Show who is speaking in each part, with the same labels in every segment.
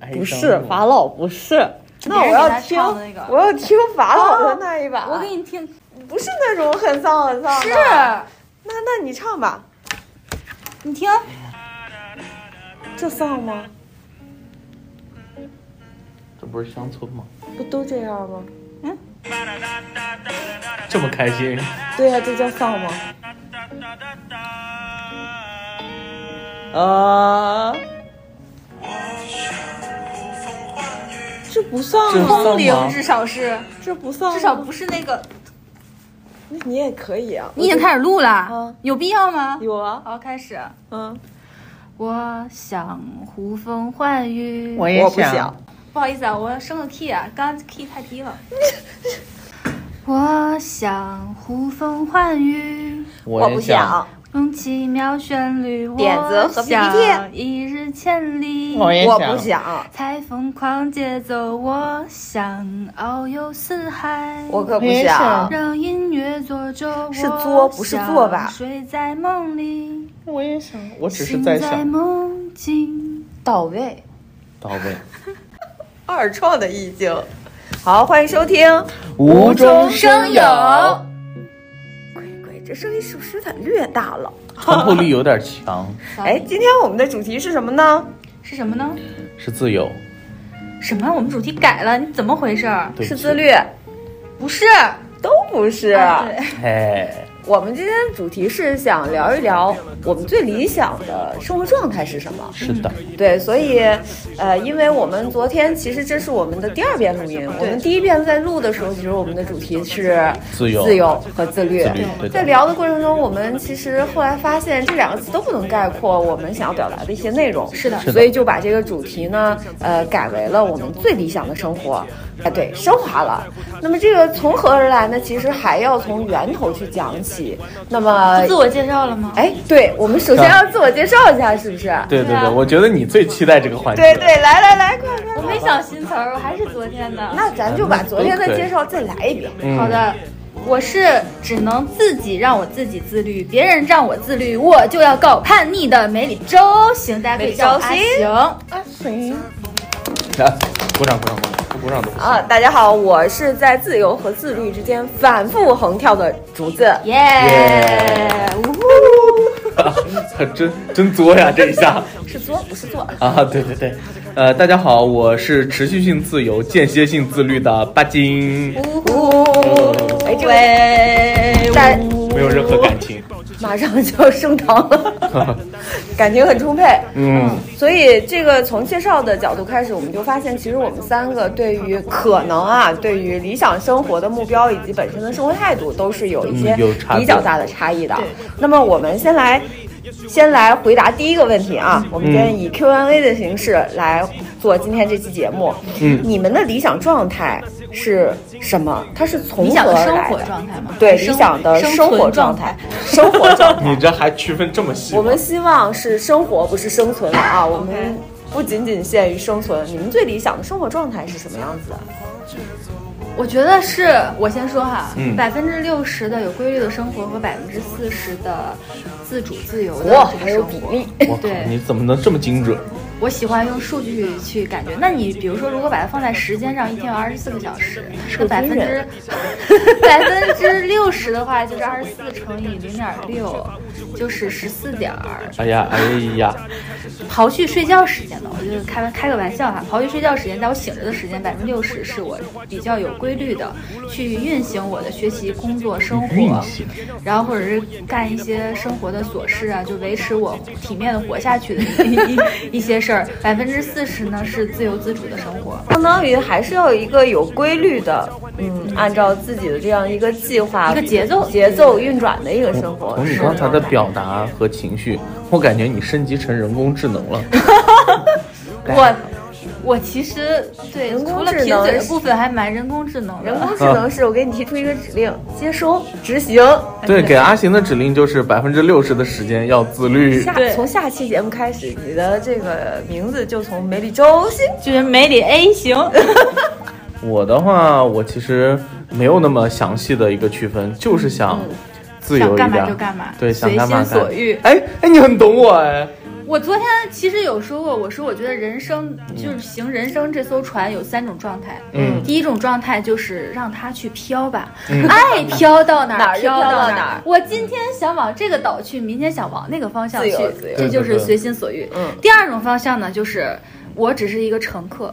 Speaker 1: 哎
Speaker 2: 不是法老，不是。那我要听，我要听法老的哦那一版。
Speaker 3: 我给你听，
Speaker 2: 不是那种很丧很丧的。
Speaker 3: 是，
Speaker 2: 那那你唱吧，
Speaker 3: 你听，
Speaker 2: 这丧吗？
Speaker 1: 这不是乡村吗？
Speaker 2: 不都这样吗？
Speaker 3: 嗯，
Speaker 1: 这么开心，
Speaker 2: 对呀、这叫丧吗？啊、这不丧
Speaker 1: 这
Speaker 2: 啊，
Speaker 3: 风
Speaker 1: 丧
Speaker 3: 铃
Speaker 1: 吗
Speaker 3: 至少是，
Speaker 2: 这不丧啊，
Speaker 3: 至少不是那个。
Speaker 2: 那你也可以啊。
Speaker 3: 你已经开始录了
Speaker 2: 嗯，
Speaker 3: 有必要吗？
Speaker 2: 有啊，
Speaker 3: 好，开始。
Speaker 2: 嗯，
Speaker 3: 我想呼风唤雨。
Speaker 4: 我也
Speaker 2: 不想，
Speaker 3: 不好意思啊，我升个 key 啊，刚刚 key 太低 了。我想呼风唤雨，
Speaker 1: 我也
Speaker 2: 不想，
Speaker 3: 用奇妙旋律。
Speaker 2: 点子和
Speaker 3: 我想
Speaker 2: PPT
Speaker 3: 一日千里。
Speaker 4: 我也
Speaker 2: 我
Speaker 4: 想
Speaker 2: 不想，
Speaker 3: 才疯狂节奏，我想遨游四海。
Speaker 2: 我可不
Speaker 4: 我也
Speaker 2: 想
Speaker 4: 想。
Speaker 3: 让音乐做着我，
Speaker 2: 是作不是做吧
Speaker 3: 睡在梦里，
Speaker 4: 我也想，我只是
Speaker 3: 醒
Speaker 4: 在
Speaker 3: 在
Speaker 4: 想
Speaker 3: 梦境。
Speaker 2: 到位，
Speaker 1: 到位。
Speaker 2: 二创的意境。好，欢迎收听。
Speaker 1: 无中
Speaker 3: 生有
Speaker 2: 鬼鬼，这声音是不是有点略大了？
Speaker 1: 穿透力有点强，
Speaker 2: 哎，今天我们的主题是什么呢？
Speaker 3: 是什么呢？
Speaker 1: 是自由，
Speaker 3: 什么？我们主题改了？你怎么回事儿？
Speaker 1: 对不起
Speaker 2: 是自律，
Speaker 3: 不是，
Speaker 2: 都不是。
Speaker 3: 啊对
Speaker 1: 哎，
Speaker 2: 我们今天的主题是想聊一聊我们最理想的生活状态是什么。
Speaker 1: 是的，
Speaker 2: 对，所以，呃，因为我们昨天其实这是我们的第二遍录音，我们第一遍在录的时候，其实我们的主题是
Speaker 1: 自由
Speaker 2: 自由和自律
Speaker 1: 自律对的
Speaker 2: 在聊的过程中，我们其实后来发现这两个词都不能概括我们想要表达的一些内容，
Speaker 3: 是的
Speaker 1: 的
Speaker 2: 所以就把这个主题呢，呃，改为了我们最理想的生活。啊，对，升华了。那么这个从何而来呢？其实还要从源头去讲起。那么，
Speaker 3: 自我介绍了吗？
Speaker 2: 哎，对，我们首先
Speaker 1: 啊
Speaker 2: 要自我介绍一下，是不是？
Speaker 1: 对对
Speaker 3: 对啊
Speaker 1: 对，我觉得你最期待这个环节，
Speaker 2: 对对，来来来， 快快！
Speaker 3: 我没想新词儿，我还是昨天的。
Speaker 2: 那咱就把昨天的介绍再来一遍。
Speaker 1: 嗯
Speaker 3: 好，的，我是只能自己让我自己自律，别人让我自律，我就要搞叛逆的梅里周行，大家可以叫我阿
Speaker 2: 梅里
Speaker 3: 行。
Speaker 2: 啊
Speaker 1: 来 鼓掌鼓掌鼓掌，不鼓掌都不行。
Speaker 2: 啊，大家好，我是在自由和自律之间反复横跳的竹子。
Speaker 3: 耶、
Speaker 1: 耶
Speaker 3: 呜呼！
Speaker 1: 真真作呀，这一下
Speaker 2: 是作不是作？
Speaker 1: 啊！对对对，呃，大家好，我是持续性自由、间歇性自律的巴金，
Speaker 3: 呜呼！
Speaker 2: 呜，哎，这位
Speaker 3: 喂，
Speaker 2: 在
Speaker 1: 没有任何感情。
Speaker 2: 马上就要升堂 了，感情很充沛。
Speaker 1: 嗯，
Speaker 2: 所以这个从介绍的角度开始，我们就发现，其实我们三个对于可能啊，对于理想生活的目标以及本身的生活态度，都是有一些
Speaker 1: 嗯有差别
Speaker 2: 比较大的差异的。那么我们先来。先来回答第一个问题啊，我
Speaker 1: 嗯
Speaker 2: 们今天以 Q&A 的形式来做今天这期节目。
Speaker 1: 嗯
Speaker 2: 你们的理想状态是什么？它是从
Speaker 3: 理
Speaker 2: 何
Speaker 3: 想的
Speaker 2: 而
Speaker 3: 生
Speaker 2: 来
Speaker 3: 活
Speaker 2: 的？
Speaker 3: 状态吗？
Speaker 2: 对，
Speaker 3: 生
Speaker 2: 理想的生
Speaker 3: 生
Speaker 2: 活
Speaker 3: 存
Speaker 2: 状
Speaker 3: 状
Speaker 2: 态。，生活状态
Speaker 1: 你。这还区分这么细吗？
Speaker 2: 我们希望是生活，不是生存了啊！我们不仅仅限于生存。你们最理想的生活状态是什么样子的？
Speaker 3: 我觉得是我先说哈
Speaker 1: 嗯，
Speaker 3: 百分之六十的有规律的生活和百分之四十的自主自由
Speaker 2: 哇
Speaker 3: 的，这
Speaker 2: 还
Speaker 3: 个
Speaker 2: 有
Speaker 3: 生
Speaker 2: 比
Speaker 3: 活。
Speaker 2: 例，
Speaker 1: 我靠
Speaker 3: 对，
Speaker 1: 你怎么能这么精准？
Speaker 3: 我喜欢用数据去感觉。那你比如说，如果把它放在时间上，一天有二十四个小时，那百分之 百分之六十的话，就是二十四乘以零点六，就是十四点儿。
Speaker 1: 哎呀哎呀，
Speaker 3: 刨去睡觉时间呢，我就开玩开个玩笑哈，刨去睡觉时间，在我醒着的时间，百分之六十是我比较有规律的去运行我的学习、工作、生
Speaker 1: 运
Speaker 3: 活，
Speaker 1: 行
Speaker 3: 然后或者是干一些生活的琐事啊，就维持我体面的活下去的一 一一些事儿。百分之四十呢是自由自主的生活，
Speaker 2: 相当于还是要有一个有规律的，嗯，按照自己的这样一个计划、
Speaker 3: 一个节奏
Speaker 2: 节奏运转的一个生活
Speaker 1: 哦从。你刚才的表达和情绪，我感觉你升级成人工智能了。
Speaker 3: 我。我其实对
Speaker 2: 人工
Speaker 3: 除了
Speaker 2: 智
Speaker 3: 贫
Speaker 2: 能
Speaker 3: 嘴的
Speaker 2: 是
Speaker 3: 部分还蛮人工智能的，
Speaker 2: 人工智能是我给你提出一个指令，接收、执行。
Speaker 1: 对，给阿行的指令就是百分之六十的时间要自律。
Speaker 2: 下
Speaker 3: 对
Speaker 2: 从下期节目开始，你的这个名字就从梅里周星
Speaker 3: 就是梅里 A 型。
Speaker 1: 我的话，我其实没有那么详细的一个区分，就是想自由一点，
Speaker 3: 嗯想干嘛就干嘛
Speaker 1: 对，想干嘛
Speaker 3: 随心所欲
Speaker 1: 干哎哎，你很懂我哎，
Speaker 3: 我昨天其实有说过，我说我觉得人生就是行人生这艘船有三种状态，
Speaker 1: 嗯
Speaker 3: 第一种状态就是让它去飘吧，
Speaker 1: 嗯
Speaker 3: 爱飘到哪
Speaker 2: 哪儿
Speaker 3: 儿
Speaker 2: 就飘
Speaker 3: 到
Speaker 2: 到
Speaker 3: 哪
Speaker 2: 哪
Speaker 3: 儿
Speaker 2: 儿。
Speaker 3: 我今天想往这个岛去，明天想往那个方向去
Speaker 2: 自由自，由
Speaker 3: 这就是
Speaker 1: 对对对
Speaker 3: 随心所欲。
Speaker 2: 嗯
Speaker 3: 第二种方向呢，就是我只是一个乘客，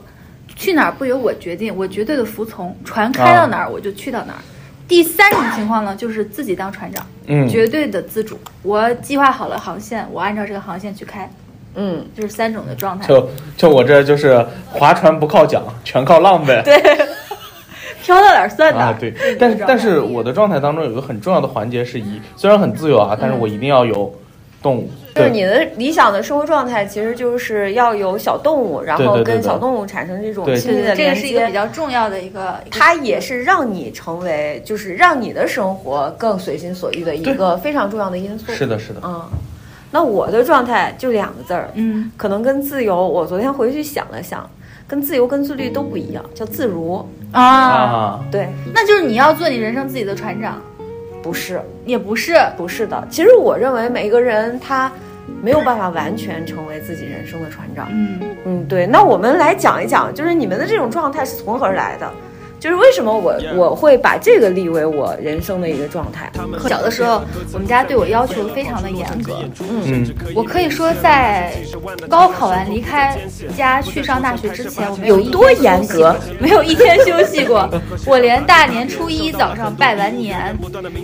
Speaker 3: 去哪儿不由我决定，我绝对的服从，船开
Speaker 1: 啊
Speaker 3: 到哪儿我就去到哪儿。第三种情况呢，就是自己当船长，
Speaker 1: 嗯
Speaker 3: 绝对的自主。我计划好了航线，我按照这个航线去开，
Speaker 2: 嗯，
Speaker 3: 就是三种的状态。
Speaker 1: 就就我这就是划船不靠桨，全靠浪 呗。
Speaker 3: 对，飘到哪儿算哪
Speaker 1: 啊
Speaker 3: 儿。，
Speaker 1: 对
Speaker 3: 这，
Speaker 1: 但是
Speaker 3: 种状态
Speaker 1: 但是我的状态当中有一个很重要的环节是以虽然很自由啊，但是我一定要有动物。
Speaker 2: 就是
Speaker 1: 对
Speaker 2: 你的理想的生活状态，其实就是要有小动物，然
Speaker 1: 对
Speaker 2: 后
Speaker 1: 对对
Speaker 2: 跟
Speaker 1: 对
Speaker 2: 小动物产生这种
Speaker 1: 对
Speaker 2: 亲密
Speaker 3: 对
Speaker 2: 的
Speaker 3: 对，这
Speaker 2: 连
Speaker 3: 个是一个比
Speaker 2: 接。
Speaker 3: 较重要的一个，
Speaker 2: 它也是让你成为，就是让你的生活更随心所欲的一个非常重要的因素。
Speaker 1: 是的，是的，
Speaker 2: 嗯，那我的状态就两个字儿，
Speaker 3: 嗯，
Speaker 2: 可能跟自由，我昨天回去想了想，跟自由跟自律都不一样，叫自如。
Speaker 3: 啊，
Speaker 1: 啊，
Speaker 2: 对，
Speaker 3: 那就是你要做你人生自己的船长，
Speaker 2: 不是，
Speaker 3: 也不是，
Speaker 2: 不是的。其实我认为每一个人他没有办法完全成为自己人生的船长。
Speaker 3: 嗯
Speaker 2: 嗯，对。那我们来讲一讲，就是你们的这种状态是从何而来的？就是为什么我我会把这个立为我人生的一个状态？
Speaker 3: 小的时候，我们家对我要求非常的严格，
Speaker 1: 嗯，
Speaker 3: 我可以说在高考完离开家去上大学之前，我没有
Speaker 2: 有
Speaker 3: 一天
Speaker 2: 多严格？
Speaker 3: 没有一天休息过。我连大年初一早上拜完年，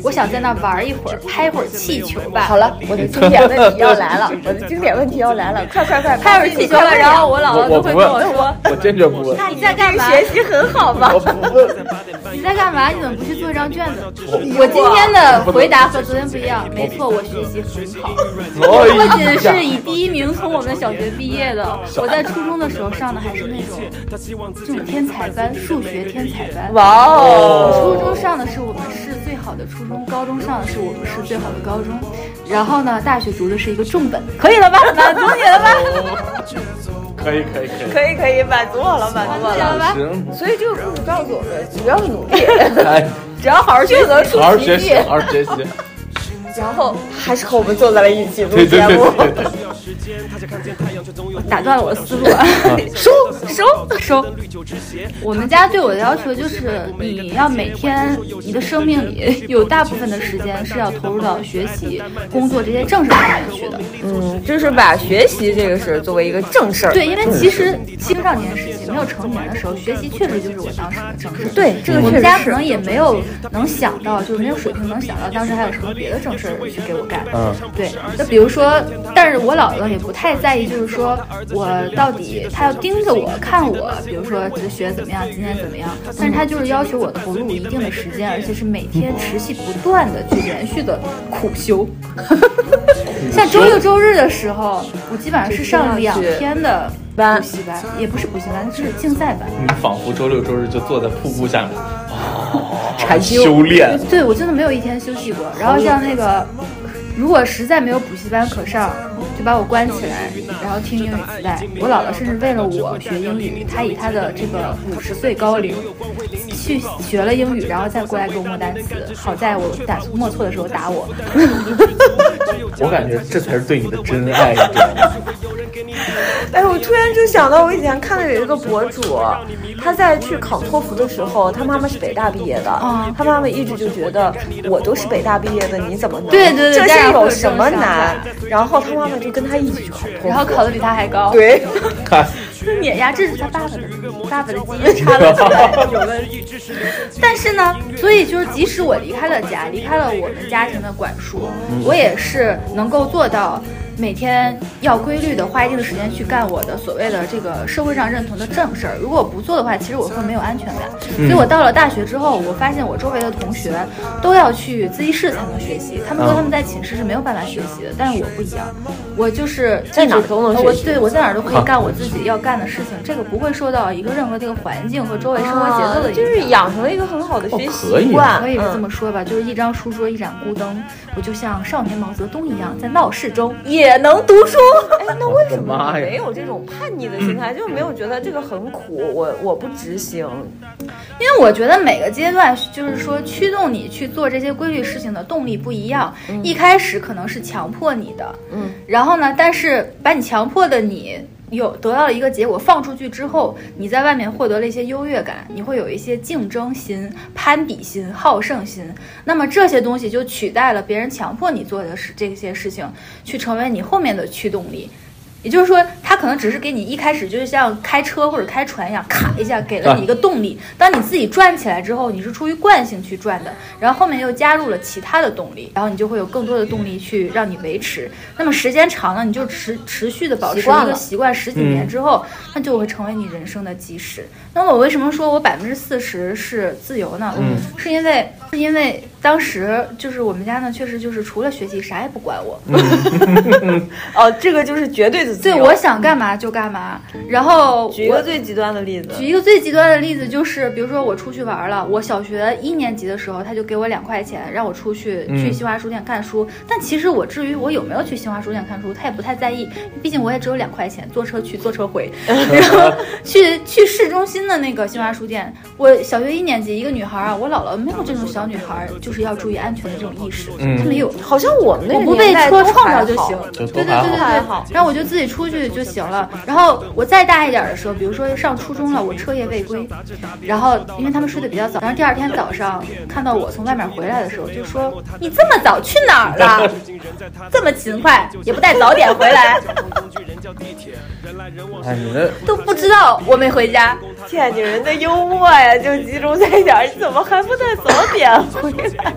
Speaker 3: 我想在那玩一会儿，拍会儿气球吧。
Speaker 2: 好了，我的经典问题要来了，我的经典问题要来了，快快快，
Speaker 3: 拍会儿气球吧。然后我姥姥
Speaker 1: 我
Speaker 3: 就
Speaker 1: 我
Speaker 3: 会
Speaker 1: 不
Speaker 3: 跟
Speaker 1: 问
Speaker 3: 我说，
Speaker 1: 我坚决不问，
Speaker 3: 你在干嘛？
Speaker 2: 学习很好吧？
Speaker 1: 我不问，
Speaker 3: 你在干嘛？你怎么不去做一张卷子？我今天的回答和昨天不一样。没错，我学习很好。
Speaker 1: 我
Speaker 3: 不仅是以第一名从我们小学毕业的，我在初中的时候上的还是那种这种天才班，数学天才班。
Speaker 2: 哇哦！
Speaker 3: 初中上的是我们市最好的初中，高中上的是我们市最好的高中，然后呢，大学读的是一个重本，可以了吧？满足你了吧？
Speaker 1: 可以可以可以，
Speaker 2: 可以可以，满足我了，满足我
Speaker 3: 满足了
Speaker 2: 了。
Speaker 3: 吧
Speaker 1: 行，
Speaker 2: 所以这个故事告诉我们，只要努力，
Speaker 1: 哎，
Speaker 2: 只要好好学习，就能 出
Speaker 1: 好好
Speaker 2: 奇
Speaker 1: 学习，
Speaker 2: 迹。
Speaker 1: 好好学习，
Speaker 2: 然后还是和我们坐在了一起录
Speaker 1: 对对
Speaker 2: 节
Speaker 1: 对
Speaker 2: 目。
Speaker 1: 对对，
Speaker 3: 打断了我的思路。
Speaker 2: 收
Speaker 3: 收收。我们家对我的要求就是，你要每天你的生命里有大部分的时间是要投入到学习、工作这些正事上面去的。
Speaker 2: 嗯，就是把学习这个事儿作为一个正事儿。
Speaker 3: 对，因为其实青少年时期没有成年的时候，学习确实就是我当时的正事。
Speaker 2: 对，这个
Speaker 3: 我
Speaker 2: 嗯确
Speaker 3: 们家
Speaker 2: 实是
Speaker 3: 可能。也没有能想到，就是没有水平能想到当时还有什么别的正事儿去给我干。
Speaker 1: 嗯，
Speaker 3: 对，那比如说，但是我姥姥也不太在意，就是说我到底她要盯着我看我，比如说这学得怎么样，今天怎么样，但是她就是要求我投入一定的时间，而且是每天持续不断的去连续的苦修。像周六周日的时候，我基本上是上两天的
Speaker 2: 班
Speaker 3: 补习班，也不是补习班，是竞赛班。
Speaker 1: 你仿佛周六周日就坐在瀑布下 面，哦
Speaker 2: 禅修
Speaker 1: 修炼，
Speaker 3: 呃对我真的没有一天休息过。然后像那个，如果实在没有补习班可上，就把我关起来，然后听英语磁带。我姥姥甚至为了我学英语，她以她的这个五十岁高龄去学了英语，然后再过来给我默单词。好在我打默错的时候打我，
Speaker 1: 我感觉这才是对你的真爱，你知道吗？
Speaker 2: 哎，我突然就想到，我以前看到有一个博主，他在去考托福的时候，他妈妈是北大毕业的，
Speaker 3: 啊
Speaker 2: 他妈妈一直就觉得我都是北大毕业的，你怎么能？
Speaker 3: 对对对
Speaker 2: 这
Speaker 3: 家
Speaker 2: 是
Speaker 3: 长会有
Speaker 2: 有
Speaker 3: 这
Speaker 2: 什
Speaker 3: 种
Speaker 2: 么难
Speaker 3: 想法？
Speaker 2: 然后他妈妈就跟他一起去考托福，
Speaker 3: 然后考的比她还高。
Speaker 2: 对。
Speaker 1: 看，
Speaker 3: 碾压，这是他爸爸的爸爸的基因差了出来有问题。但是呢，所以就是即使我离开了家，离开了我们家庭的管束，我也是能够做到。每天要规律的花一定的时间去干我的所谓的这个社会上认同的正事儿，如果我不做的话，其实我会没有安全感。所以我到了大学之后，我发现我周围的同学都要去自习室才能学习，他们说
Speaker 1: 嗯
Speaker 3: 他们在寝室是没有办法学习的，但是我不一样，我就是
Speaker 2: 在哪儿都能
Speaker 3: 呃
Speaker 2: 学
Speaker 3: 我
Speaker 2: 习
Speaker 3: 对我在哪儿都可以干我自己要干的事情，这个不会受到一个任何这个环境和周围生活节奏的
Speaker 2: 啊就
Speaker 3: 影
Speaker 2: 是
Speaker 3: 响。哦
Speaker 2: 养成了一个很好的学习
Speaker 1: 可以
Speaker 2: 习惯，
Speaker 3: 可以
Speaker 2: 嗯
Speaker 3: 这么说吧，就是一张书桌，一盏孤灯，我就像少年毛泽东一样，在闹市中也能读书。
Speaker 2: 哎，那为什
Speaker 1: 我的
Speaker 2: 么
Speaker 1: 妈
Speaker 2: 你
Speaker 1: 呀
Speaker 2: 没有这种叛逆的 心态？就没有觉得这个很苦，我我不执行。
Speaker 3: 因为我觉得每个阶段，就是说驱动你嗯去做这些规律事情的动力不一样。一开始可能是强迫你的，
Speaker 2: 嗯，
Speaker 3: 然后呢，但是把你强迫的你有得到了一个结果，放出去之后，你在外面获得了一些优越感，你会有一些竞争心、攀比心、好胜心。那么这些东西就取代了别人强迫你做的事这些事情，去成为你后面的驱动力。也就是说，他可能只是给你一开始就是像开车或者开船一样，咔一下给了你一个动力。当你自己转起来之后，你是出于惯性去转的，然后后面又加入了其他的动力，然后你就会有更多的动力去让你维持。那么时间长了，你就持持续的保持一
Speaker 2: 习惯
Speaker 3: 个
Speaker 2: 了
Speaker 3: 习惯十几年之后，那就会成为你人生的基石。那么我为什么说我百分之四十是自由呢？
Speaker 1: 嗯
Speaker 3: 是因为是因为当时就是我们家呢，确实就是除了学习啥也不管我。
Speaker 4: 哦，这个就是绝对的自
Speaker 3: 对，
Speaker 4: 由。
Speaker 3: 我想干嘛就干嘛。然后
Speaker 4: 举一个
Speaker 3: 我
Speaker 4: 最极端的例子，
Speaker 3: 举一个最极端的例子，就是比如说我出去玩了，我小学一年级的时候，他就给我两块钱，让我出去
Speaker 1: 嗯
Speaker 3: 去新华书店看书。但其实我至于我有没有去新华书店看书，他也不太在意，毕竟我也只有两块钱，坐车去，坐 车回。然后去去市中心的那个新华书店，我小学一年级一个女孩啊，我姥姥没有这种小女孩就是要注意安全的这种意识，
Speaker 1: 嗯
Speaker 3: 她没有。
Speaker 2: 好像我们那
Speaker 3: 我
Speaker 2: 个
Speaker 3: 不被
Speaker 2: 年代
Speaker 3: 车
Speaker 2: 都
Speaker 3: 撞
Speaker 2: 还
Speaker 3: 着就
Speaker 2: 好
Speaker 3: 行，
Speaker 1: 就啊
Speaker 3: 对
Speaker 1: 都
Speaker 3: 对对
Speaker 1: 还好
Speaker 3: 对
Speaker 4: 还
Speaker 3: 对
Speaker 4: 好。
Speaker 3: 然后我就自己出去就行了。然后我再大一点的时候，比如说上初中了，我彻夜未归，然后因为他们睡得比较早，然后第二天早上看到我从外面回来的时候，就说你这么早去哪儿了？这么勤快，也不带早点回来，
Speaker 1: 哎，你这
Speaker 3: 都不知道我没回家。
Speaker 2: 啊
Speaker 4: 天，女人的幽默呀， 就集中在一点儿，你怎么还不带早点回 来？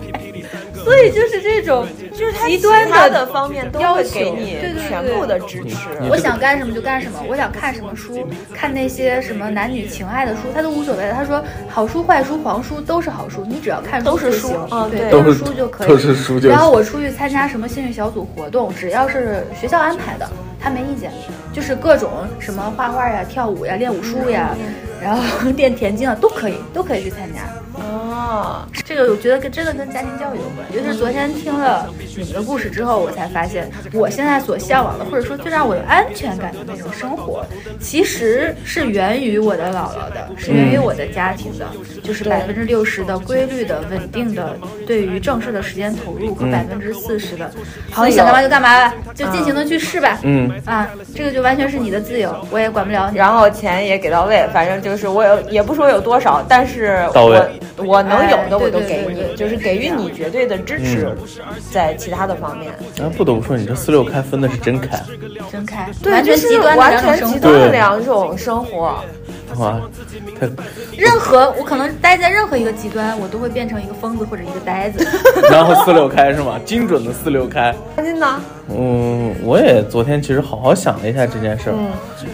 Speaker 3: 所以就是这种，
Speaker 4: 就是他
Speaker 3: 极端
Speaker 4: 其他的
Speaker 3: 的
Speaker 4: 方面都
Speaker 3: 要
Speaker 4: 会
Speaker 3: 求
Speaker 4: 给你
Speaker 3: 对对对
Speaker 4: 全部的支持。
Speaker 1: 你
Speaker 3: 我想干什么就干什么，我想看什么书，看那些什么男女情爱的书，他都无所谓的。他说好书、坏书、黄书都是好书，你只要看
Speaker 4: 都是
Speaker 3: 就
Speaker 4: 书
Speaker 3: 行
Speaker 4: 嗯
Speaker 3: 对，
Speaker 4: 对
Speaker 3: 都
Speaker 1: 都
Speaker 3: 是
Speaker 1: 是
Speaker 3: 书就可以。
Speaker 1: 都是书就
Speaker 3: 然后
Speaker 1: 行
Speaker 3: 我出去参加什么兴趣小组活动，只要是学校安排的，他没意见。就是各种什么画画呀、跳舞呀、练武术呀，然后 练田径啊，都可以，都可以去参加。
Speaker 4: 哦，
Speaker 3: 这个我觉得跟真的跟家庭教育有关，就是昨天听了你们的故事之后，我才发现我现在所向往的，或者说最让我有安全感的那种生活，其实是源于我的姥姥的，是源于
Speaker 4: 嗯
Speaker 3: 我的家庭的，就是百分之六十的规律的、稳定的对于正事的时间投入和
Speaker 4: 嗯
Speaker 3: 百分之四十的，好，你想干嘛就干嘛吧，就尽情的去试吧。
Speaker 1: 嗯
Speaker 3: 啊，这个就完全是你的自由，我也管不了你。
Speaker 4: 然后钱也给到位，
Speaker 3: 嗯
Speaker 4: 反正就是我有，也不说有多少，但是
Speaker 1: 到位
Speaker 4: 我我能有的我都给
Speaker 3: 哎对对对
Speaker 4: 你，
Speaker 3: 对
Speaker 4: 就是给予你绝对的支持，
Speaker 1: 嗯
Speaker 4: 在其他的方面。
Speaker 1: 哎，不得不说，你这四六开分的是真开，
Speaker 3: 真开，
Speaker 4: 对，
Speaker 3: 完全
Speaker 4: 这
Speaker 3: 极
Speaker 4: 是完全
Speaker 3: 端的两种生
Speaker 4: 极
Speaker 3: 活。
Speaker 4: 端的两种生活。
Speaker 1: 哇，太
Speaker 3: 任何我可能待在任何一个极端，我都会变成一个疯子或者一个呆 子。
Speaker 1: 然后四六开是吗？精准的四六开。
Speaker 4: 真的，
Speaker 1: 嗯，我也昨天其实好好想了一下这件事儿，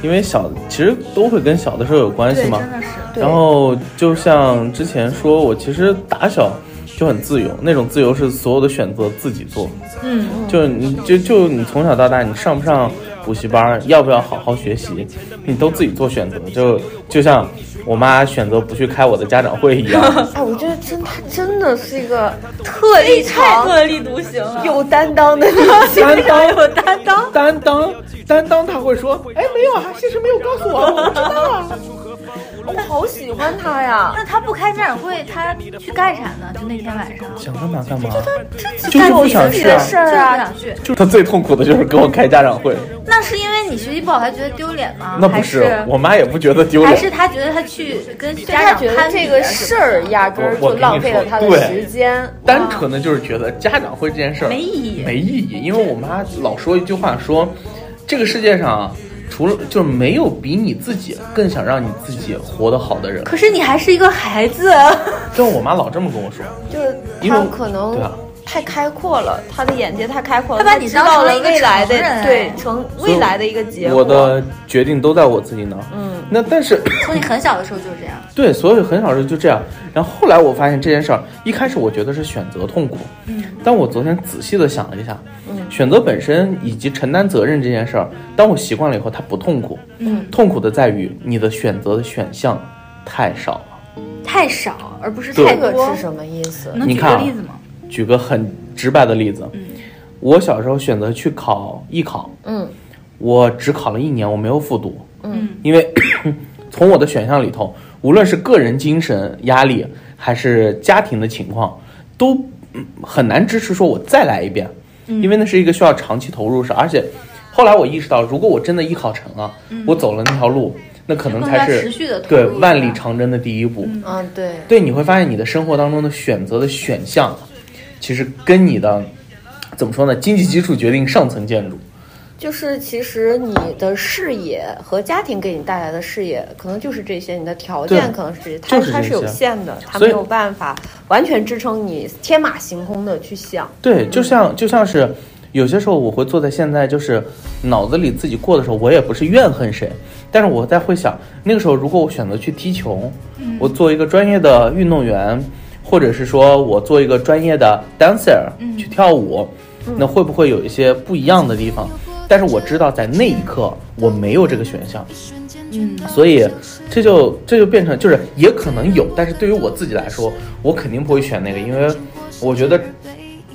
Speaker 1: 因为小其实都会跟小的时候有关系
Speaker 3: 嗯对，
Speaker 1: 嘛。
Speaker 3: 真的是。
Speaker 1: 然后就像之前说，我其实打小就很自由，那种自由是所有的选择自己做，
Speaker 3: 嗯，
Speaker 1: 就你就就你从小到大，你上不上补习班，要不要好好学习，你都自己做选择。就就像我妈选择不去开我的家长会 一样，
Speaker 4: 哎，我觉得真他真的是一个
Speaker 3: 特立
Speaker 4: 太特
Speaker 3: 立 独行了
Speaker 4: 有担当的女性，
Speaker 1: 担当
Speaker 4: 有担当。
Speaker 1: 担当担当，她会说，哎，没有啊，先生没有告诉我，我不知道啊。
Speaker 4: 我好喜欢他呀！
Speaker 3: 那他不开家长会，他去干啥呢？就那天晚上，
Speaker 1: 想干嘛干嘛，
Speaker 3: 就
Speaker 1: 就是
Speaker 3: 干
Speaker 1: 不
Speaker 3: 自己
Speaker 1: 想
Speaker 3: 的
Speaker 1: 去
Speaker 3: 事
Speaker 1: 啊
Speaker 3: 儿啊，就是不想去。
Speaker 1: 就是她最痛苦的就是跟我开家长会，
Speaker 3: 那是因为你学习不好，他觉得丢脸吗？
Speaker 1: 那不
Speaker 3: 还
Speaker 1: 是，我妈也不觉得丢
Speaker 3: 还
Speaker 1: 脸。
Speaker 3: 是他觉得他去跟家
Speaker 4: 他
Speaker 3: 长
Speaker 4: 觉得
Speaker 3: 攀比
Speaker 4: 这
Speaker 3: 啊
Speaker 4: 个
Speaker 3: 什么
Speaker 4: 事儿压根儿就浪费了他的时间。
Speaker 1: 单纯的就是觉得家长会这件事儿
Speaker 3: 没意义
Speaker 1: 没意义。因为我妈老说一句话说，这个世界上啊除了就是没有比你自己更想让你自己活得好的人。
Speaker 3: 可是你还是一个孩子，啊
Speaker 1: 就我妈老这么跟我说，
Speaker 4: 就是
Speaker 1: 因为
Speaker 4: 他
Speaker 1: 我
Speaker 4: 可
Speaker 1: 对啊
Speaker 4: 能太开阔了，他的眼界太开阔了，
Speaker 3: 他把你
Speaker 4: 知道
Speaker 3: 当成
Speaker 4: 了
Speaker 3: 一个
Speaker 4: 未来的
Speaker 3: 成人啊
Speaker 4: 对成
Speaker 1: 所以
Speaker 4: 未来的一个结果。
Speaker 1: 我的决定都在我自己那儿。
Speaker 4: 嗯，
Speaker 1: 那但是
Speaker 3: 从你很小的时候就是这样。
Speaker 1: 对，所以很少人就这样。然后后来我发现这件事儿，一开始我觉得是选择痛苦，
Speaker 3: 嗯，
Speaker 1: 但我昨天仔细的想了一下，选择本身以及承担责任这件事儿，当我习惯了以后，它不痛苦，
Speaker 3: 嗯，
Speaker 1: 痛苦的在于你的选择的选项太少了。
Speaker 3: 太少，而不是
Speaker 1: 对
Speaker 3: 太
Speaker 4: 这个
Speaker 3: 多
Speaker 4: 是。什么意思？
Speaker 3: 能
Speaker 1: 你
Speaker 3: 举
Speaker 1: 看
Speaker 3: 个
Speaker 1: 啊
Speaker 3: 例子吗？
Speaker 1: 举个很直白的例子，
Speaker 3: 嗯
Speaker 1: 我小时候选择去考艺考，
Speaker 4: 嗯，
Speaker 1: 我只考了一年，我没有复读，
Speaker 3: 嗯，
Speaker 1: 因为 从我的选项里头，无论是个人精神压力还是家庭的情况，都嗯很难支持说我再来一遍，因为那是一个需要长期投入是，而且后来我意识到，如果我真的艺考成了，我走了那条路，那可能才
Speaker 3: 更加
Speaker 1: 是
Speaker 3: 持续地投入
Speaker 1: 对
Speaker 3: 是吧
Speaker 1: 万里长征的第一步。
Speaker 2: 嗯，对，
Speaker 1: 对，你会发现你的生活当中的选择的选项，其实跟你的怎么说呢？经济基础决定上层建筑。
Speaker 2: 就是其实你的视野和家庭给你带来的视野，可能就是这些，你的条件
Speaker 1: 对
Speaker 2: 可能是这些，它
Speaker 1: 就是
Speaker 2: 它
Speaker 1: 这
Speaker 2: 是有
Speaker 1: 些
Speaker 2: 限的，它
Speaker 1: 所
Speaker 2: 没
Speaker 1: 以
Speaker 2: 有办法完全支撑你天马行空的去想。
Speaker 1: 对，就像就像是有些时候我会坐在现在，就是脑子里自己过的时候，我也不是怨恨谁，但是我在会想，那个时候如果我选择去踢球，
Speaker 2: 嗯
Speaker 1: 我做一个专业的运动员，或者是说我做一个专业的 dancer
Speaker 2: 嗯
Speaker 1: 去跳舞，那会不会有一些不一样的地方？
Speaker 2: 嗯
Speaker 1: 但是我知道在那一刻我没有这个选项，
Speaker 3: 嗯，
Speaker 1: 所以这就这就变成就是也可能有，但是对于我自己来说，我肯定不会选那个，因为我觉得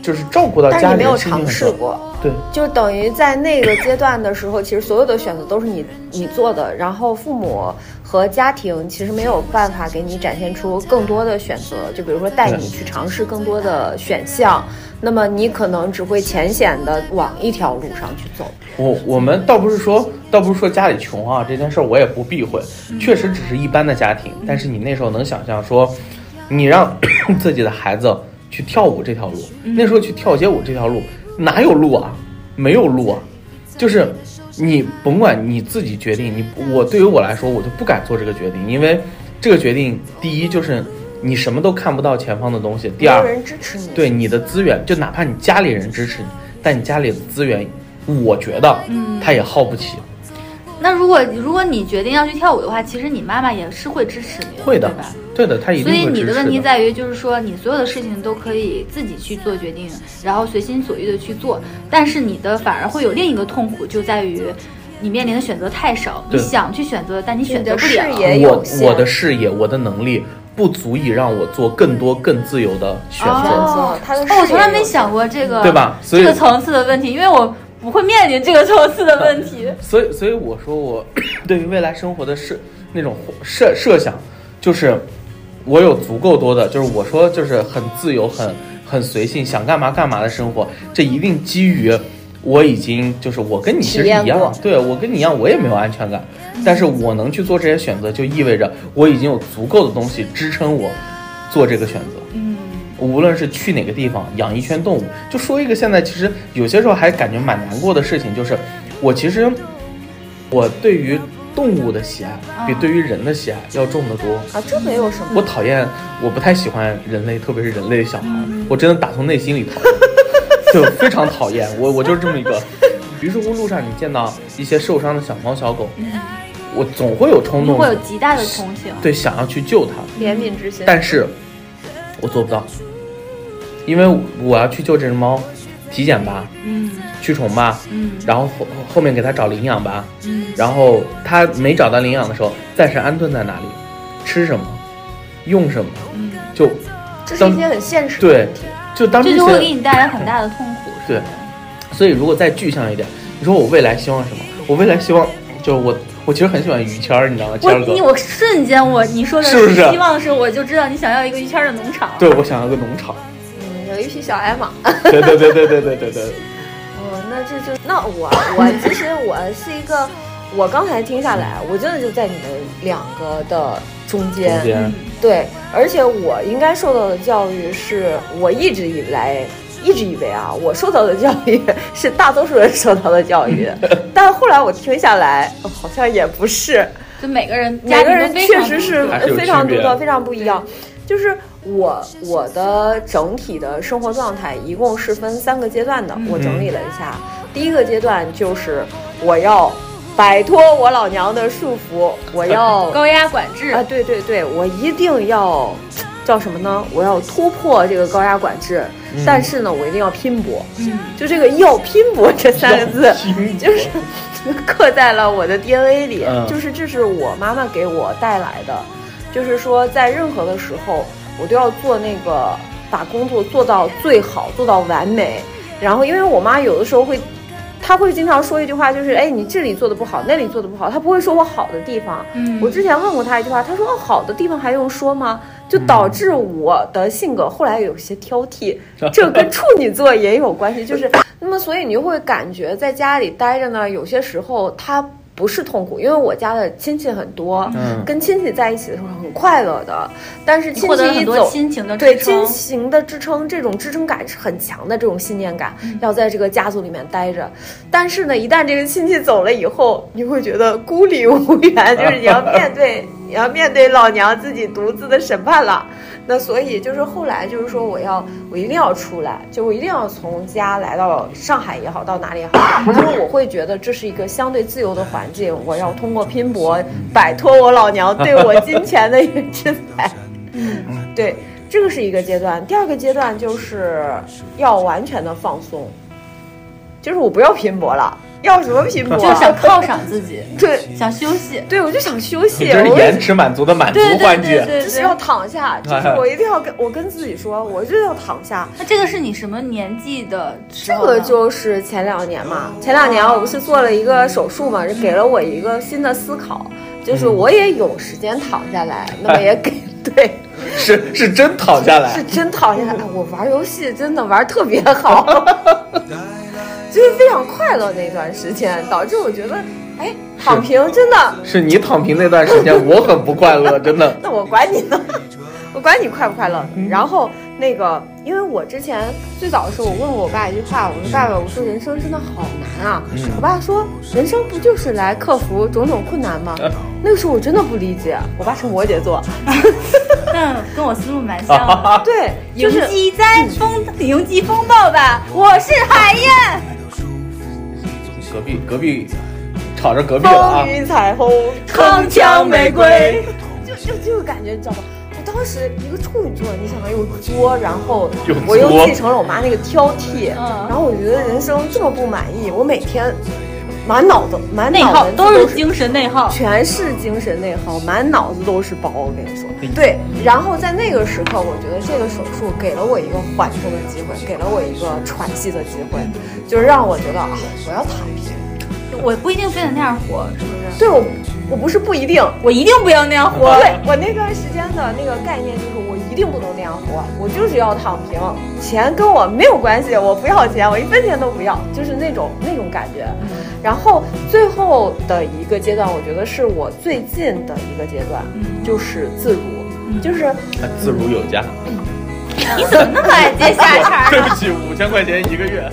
Speaker 1: 就是照顾到
Speaker 2: 但是
Speaker 1: 家
Speaker 2: 你
Speaker 1: 里
Speaker 2: 没
Speaker 1: 人
Speaker 2: 有
Speaker 1: 心情
Speaker 2: 尝
Speaker 1: 很
Speaker 2: 试
Speaker 1: 重要。
Speaker 2: 过，
Speaker 1: 对
Speaker 2: 就等于在那个阶段的时候，其实所有的选择都是你你做的，然后父母和家庭其实没有办法给你展现出更多的选择，就比如说带你
Speaker 1: 对
Speaker 2: 去尝试更多的选项，那么你可能只会浅显的往一条路上去走。
Speaker 1: 我我们倒不是说倒不是说家里穷啊这件事儿我也不避讳，确实只是一般的家庭，但是你那时候能想象说，你让 自己的孩子去跳舞这条路，那时候去跳街舞这条路哪有路啊？没有路啊，就是你甭管你自己决定，你我对于我来说，我就不敢做这个决定，因为这个决定，第一就是你什么都看不到前方的东西，第
Speaker 2: 没有
Speaker 1: 二
Speaker 2: 人支持你，
Speaker 1: 对你的资源，就哪怕你家里人支持你，但你家里的资源，我觉得，
Speaker 3: 嗯
Speaker 1: 他也耗不起。
Speaker 3: 那如果如果你决定要去跳舞的话，其实你妈妈也是会支持你的，
Speaker 1: 会的
Speaker 3: 对吧？，
Speaker 1: 对的，他一定
Speaker 3: 所以
Speaker 1: 会支
Speaker 3: 你
Speaker 1: 持
Speaker 3: 的问题在于，就是说你所有的事情都可以自己去做决定，然后随心所欲的去做，但是你的反而会有另一个痛苦，就在于你面临的选择太少，你
Speaker 1: 对
Speaker 3: 想去选择，但你选择不
Speaker 2: 你的视
Speaker 3: 了。
Speaker 2: 野有
Speaker 1: 我
Speaker 2: 限
Speaker 1: 我的视野，我的能力不足以让我做更多更自由的选择。
Speaker 3: 哦
Speaker 2: 择他的视
Speaker 3: 哦，
Speaker 2: 野
Speaker 3: 我从来没想过这个，
Speaker 1: 对吧所以
Speaker 3: 这个层次的问题，因为我不会面临这个层次的问题。
Speaker 1: 所以，所以我说我 对于未来生活的设那种设设想，就是我有足够多的，就是我说就是很自由、很很随性，想干嘛干嘛的生活。这一定基于我已经就是我跟你其实
Speaker 2: 体验
Speaker 1: 一
Speaker 2: 过
Speaker 1: 样，对我跟你一样，我也没有安全感，但是我能去做这些选择，就意味着我已经有足够的东西支撑我做这个选择。
Speaker 2: 嗯
Speaker 1: 无论是去哪个地方养一圈动物，就说一个现在其实有些时候还感觉蛮难过的事情，就是我其实我对于动物的喜
Speaker 3: 嗯
Speaker 1: 爱比对于人的喜爱要重得多。
Speaker 2: 啊，这没有什么
Speaker 1: 我讨厌，我不太喜欢人类，特别是人类的小孩，
Speaker 3: 嗯
Speaker 1: 我真的打从内心 里讨厌，就非常讨厌。我我就是这么一个。于是乎，路上你见到一些受伤的小猫小狗，我总会有冲
Speaker 3: 嗯你
Speaker 1: 动
Speaker 3: 会，有极大的同情，
Speaker 1: 嗯对想要去救它们。
Speaker 2: 怜悯之心。
Speaker 1: 但是我做不到，因为我要去救这只猫，体检吧，
Speaker 3: 嗯
Speaker 1: 驱虫吧，
Speaker 3: 嗯
Speaker 1: 然后后后面给它找领养吧，
Speaker 3: 嗯，
Speaker 1: 然后它没找到领养的时候，暂时安顿在哪里，吃什么，用什么，
Speaker 3: 嗯，
Speaker 1: 就
Speaker 2: 这是一些很现实的
Speaker 1: 对
Speaker 2: 问题。，
Speaker 1: 就当
Speaker 3: 这就会
Speaker 1: 些
Speaker 3: 给你带来很大的痛苦。是吧，
Speaker 1: 所以如果再具象一点，你说我未来希望什么？我未来希望就是我我其实很喜欢于谦儿，你知道吗？谦
Speaker 3: 我
Speaker 1: 儿哥
Speaker 3: 你，我瞬间我你说的
Speaker 1: 是不是
Speaker 3: 希望的时候，我就知道你想要一个于谦儿的农场。
Speaker 1: 对我想要个农 场，
Speaker 2: 嗯，有一匹小艾玛。
Speaker 1: 对对对对对对对对，
Speaker 2: 哦，那这就那我我其实我是一个，我刚才听下来，我真的就在你们两个的中间，
Speaker 1: 中间
Speaker 2: 对，而且我应该受到的教育是我一直以来一直以为啊，我受到的教育是大多数人受到的教育，但后来我听下来，哦好像也不是，
Speaker 3: 就每个人
Speaker 2: 每
Speaker 3: 家庭
Speaker 2: 个
Speaker 3: 都
Speaker 2: 人
Speaker 3: 非
Speaker 2: 确
Speaker 3: 常
Speaker 2: 实
Speaker 3: 不
Speaker 2: 是
Speaker 3: 同
Speaker 1: 还是有
Speaker 2: 非常
Speaker 1: 区
Speaker 2: 独
Speaker 1: 别
Speaker 2: 特，
Speaker 1: 的
Speaker 2: 非常不一样。就是我我的整体的生活状态一共是分三个阶段的，
Speaker 3: 嗯
Speaker 2: 我整理了一下。第一个阶段就是我要摆脱我老娘的束 缚，我要
Speaker 3: 高压管制
Speaker 2: 啊，，对对对，我一定要叫什么呢？我要突破这个高压管制，
Speaker 1: 嗯
Speaker 2: 但是呢，我一定要拼搏。
Speaker 3: 嗯，
Speaker 2: 就这个“要拼搏”这三 个字
Speaker 1: 要拼，搏
Speaker 2: 就是 刻在了我的 DNA 里。
Speaker 1: 嗯
Speaker 2: 就是这是我妈妈给我带来的，就是说在任何的时候，我都要做那个把工作做到最好，做到完美。然后，因为我妈有的时候会他会经常说一句话，就是哎，你这里做的不好，那里做的不好，他不会说我好的地方。
Speaker 3: 嗯
Speaker 2: 我之前问过他一句话，他说哦，好的地方还用说吗？就 导致我的性格后来有些挑剔，这跟处女座也有关系，就是那么，所以你就会感觉在家里待着呢，有些时候它不是痛苦，因为我家的亲戚很多，
Speaker 1: 嗯
Speaker 2: 跟亲戚在一起的时候很快乐的，但是亲
Speaker 3: 获得了
Speaker 2: 戚一
Speaker 3: 很多
Speaker 2: 走，
Speaker 3: 亲情的
Speaker 2: 对
Speaker 3: 支撑
Speaker 2: 亲情的支撑，这种支撑感是很强的，这种信念感
Speaker 3: 嗯
Speaker 2: 要在这个家族里面待着。但是呢，一旦这个亲戚走了以后，你会觉得孤立无援，就是你要面对，你要面对老娘自己独自的审判了。那所以就是后来就是说，我要我一定要出来，就我一定要从家来到上海也好，到哪里也好，就是我会觉得这是一个相对自由的环境，我要通过拼搏摆脱我老娘对我金钱的一制裁。 对，这个是一个阶段。第二个阶段就是要完全的放松，就是我不要拼搏了，要什么拼搏？啊
Speaker 3: 就是想犒赏自己，
Speaker 2: 对
Speaker 3: 想休息。
Speaker 2: 对，我就想休息
Speaker 1: 你。这是
Speaker 2: 我
Speaker 1: 延迟满足的满足
Speaker 3: 对对
Speaker 1: 环
Speaker 3: 对
Speaker 1: 节。
Speaker 3: 对
Speaker 2: 就是
Speaker 3: 对
Speaker 2: 要。躺下， 就是我一定要跟我跟自己说，我就要躺下。
Speaker 3: 那这个是你什么年纪的时
Speaker 2: 这
Speaker 3: 候呢？
Speaker 2: 个就是前两年嘛，前两年我不是做了一个手术嘛，这给了我一个新的思考，就是我也有时间躺下来，那么也给 对。
Speaker 1: 是是真躺下来
Speaker 2: 是，真躺下来。哎我玩游戏真的玩特别好，就是非常快乐那段时间，导致我觉得，哎，躺平真的，
Speaker 1: 是你躺平那段时间，我很不快乐，真的。
Speaker 2: 那我管你呢，我管你快不快乐。然后那个，因为我之前最早的时候，我问过我爸一句话，我说爸爸，我说人生真的好难啊。我爸说，人生不就是来克服种种困难吗？那个时候我真的不理解，我爸是摩羯座，
Speaker 3: 那嗯跟我思路蛮像 的。
Speaker 2: 对，就是
Speaker 3: 迎击灾风， 迎击风暴吧！我是海燕。
Speaker 1: 隔壁隔壁吵着隔壁了啊
Speaker 2: 风！雨彩虹，铿锵玫瑰。就就就有感觉，你知道吗？我当时一个处女座，你想又作，然后
Speaker 1: 又
Speaker 2: 我又
Speaker 1: 作
Speaker 2: 继承了我妈那个挑剔，
Speaker 3: 嗯
Speaker 2: 然后我觉得人生这么不满意，我每天满脑子满
Speaker 3: 内
Speaker 2: 脑
Speaker 3: 耗
Speaker 2: 门子
Speaker 3: 都
Speaker 2: 是
Speaker 3: 是精神内耗。
Speaker 2: 全是精神内耗，满脑子都是包。我跟你说，对。然后在那个时刻，我觉得这个手术给了我一个缓冲的机会，给了我一个喘息的机会，就是让我觉得啊，我要躺平。
Speaker 3: 我不一定非得那样活，是不是？
Speaker 2: 对我，我不是不一定，
Speaker 3: 我一定不要那 样活。
Speaker 2: 对我那段时间的那个概念就是，我一定不能那样活，我就是要躺平，钱跟我没有关系，我不要钱，我一分钱都不要，就是那种那种感觉。然后最后的一个阶段，我觉得是我最近的一个阶段，
Speaker 3: 嗯
Speaker 2: 就是自如，就是
Speaker 1: 自如有加，
Speaker 3: 你怎么那么爱接下茬儿
Speaker 1: 对
Speaker 3: 呢？
Speaker 1: 不起，五千块钱一个 月，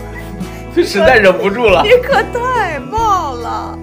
Speaker 1: 实在忍不住了
Speaker 2: 你。可太棒了！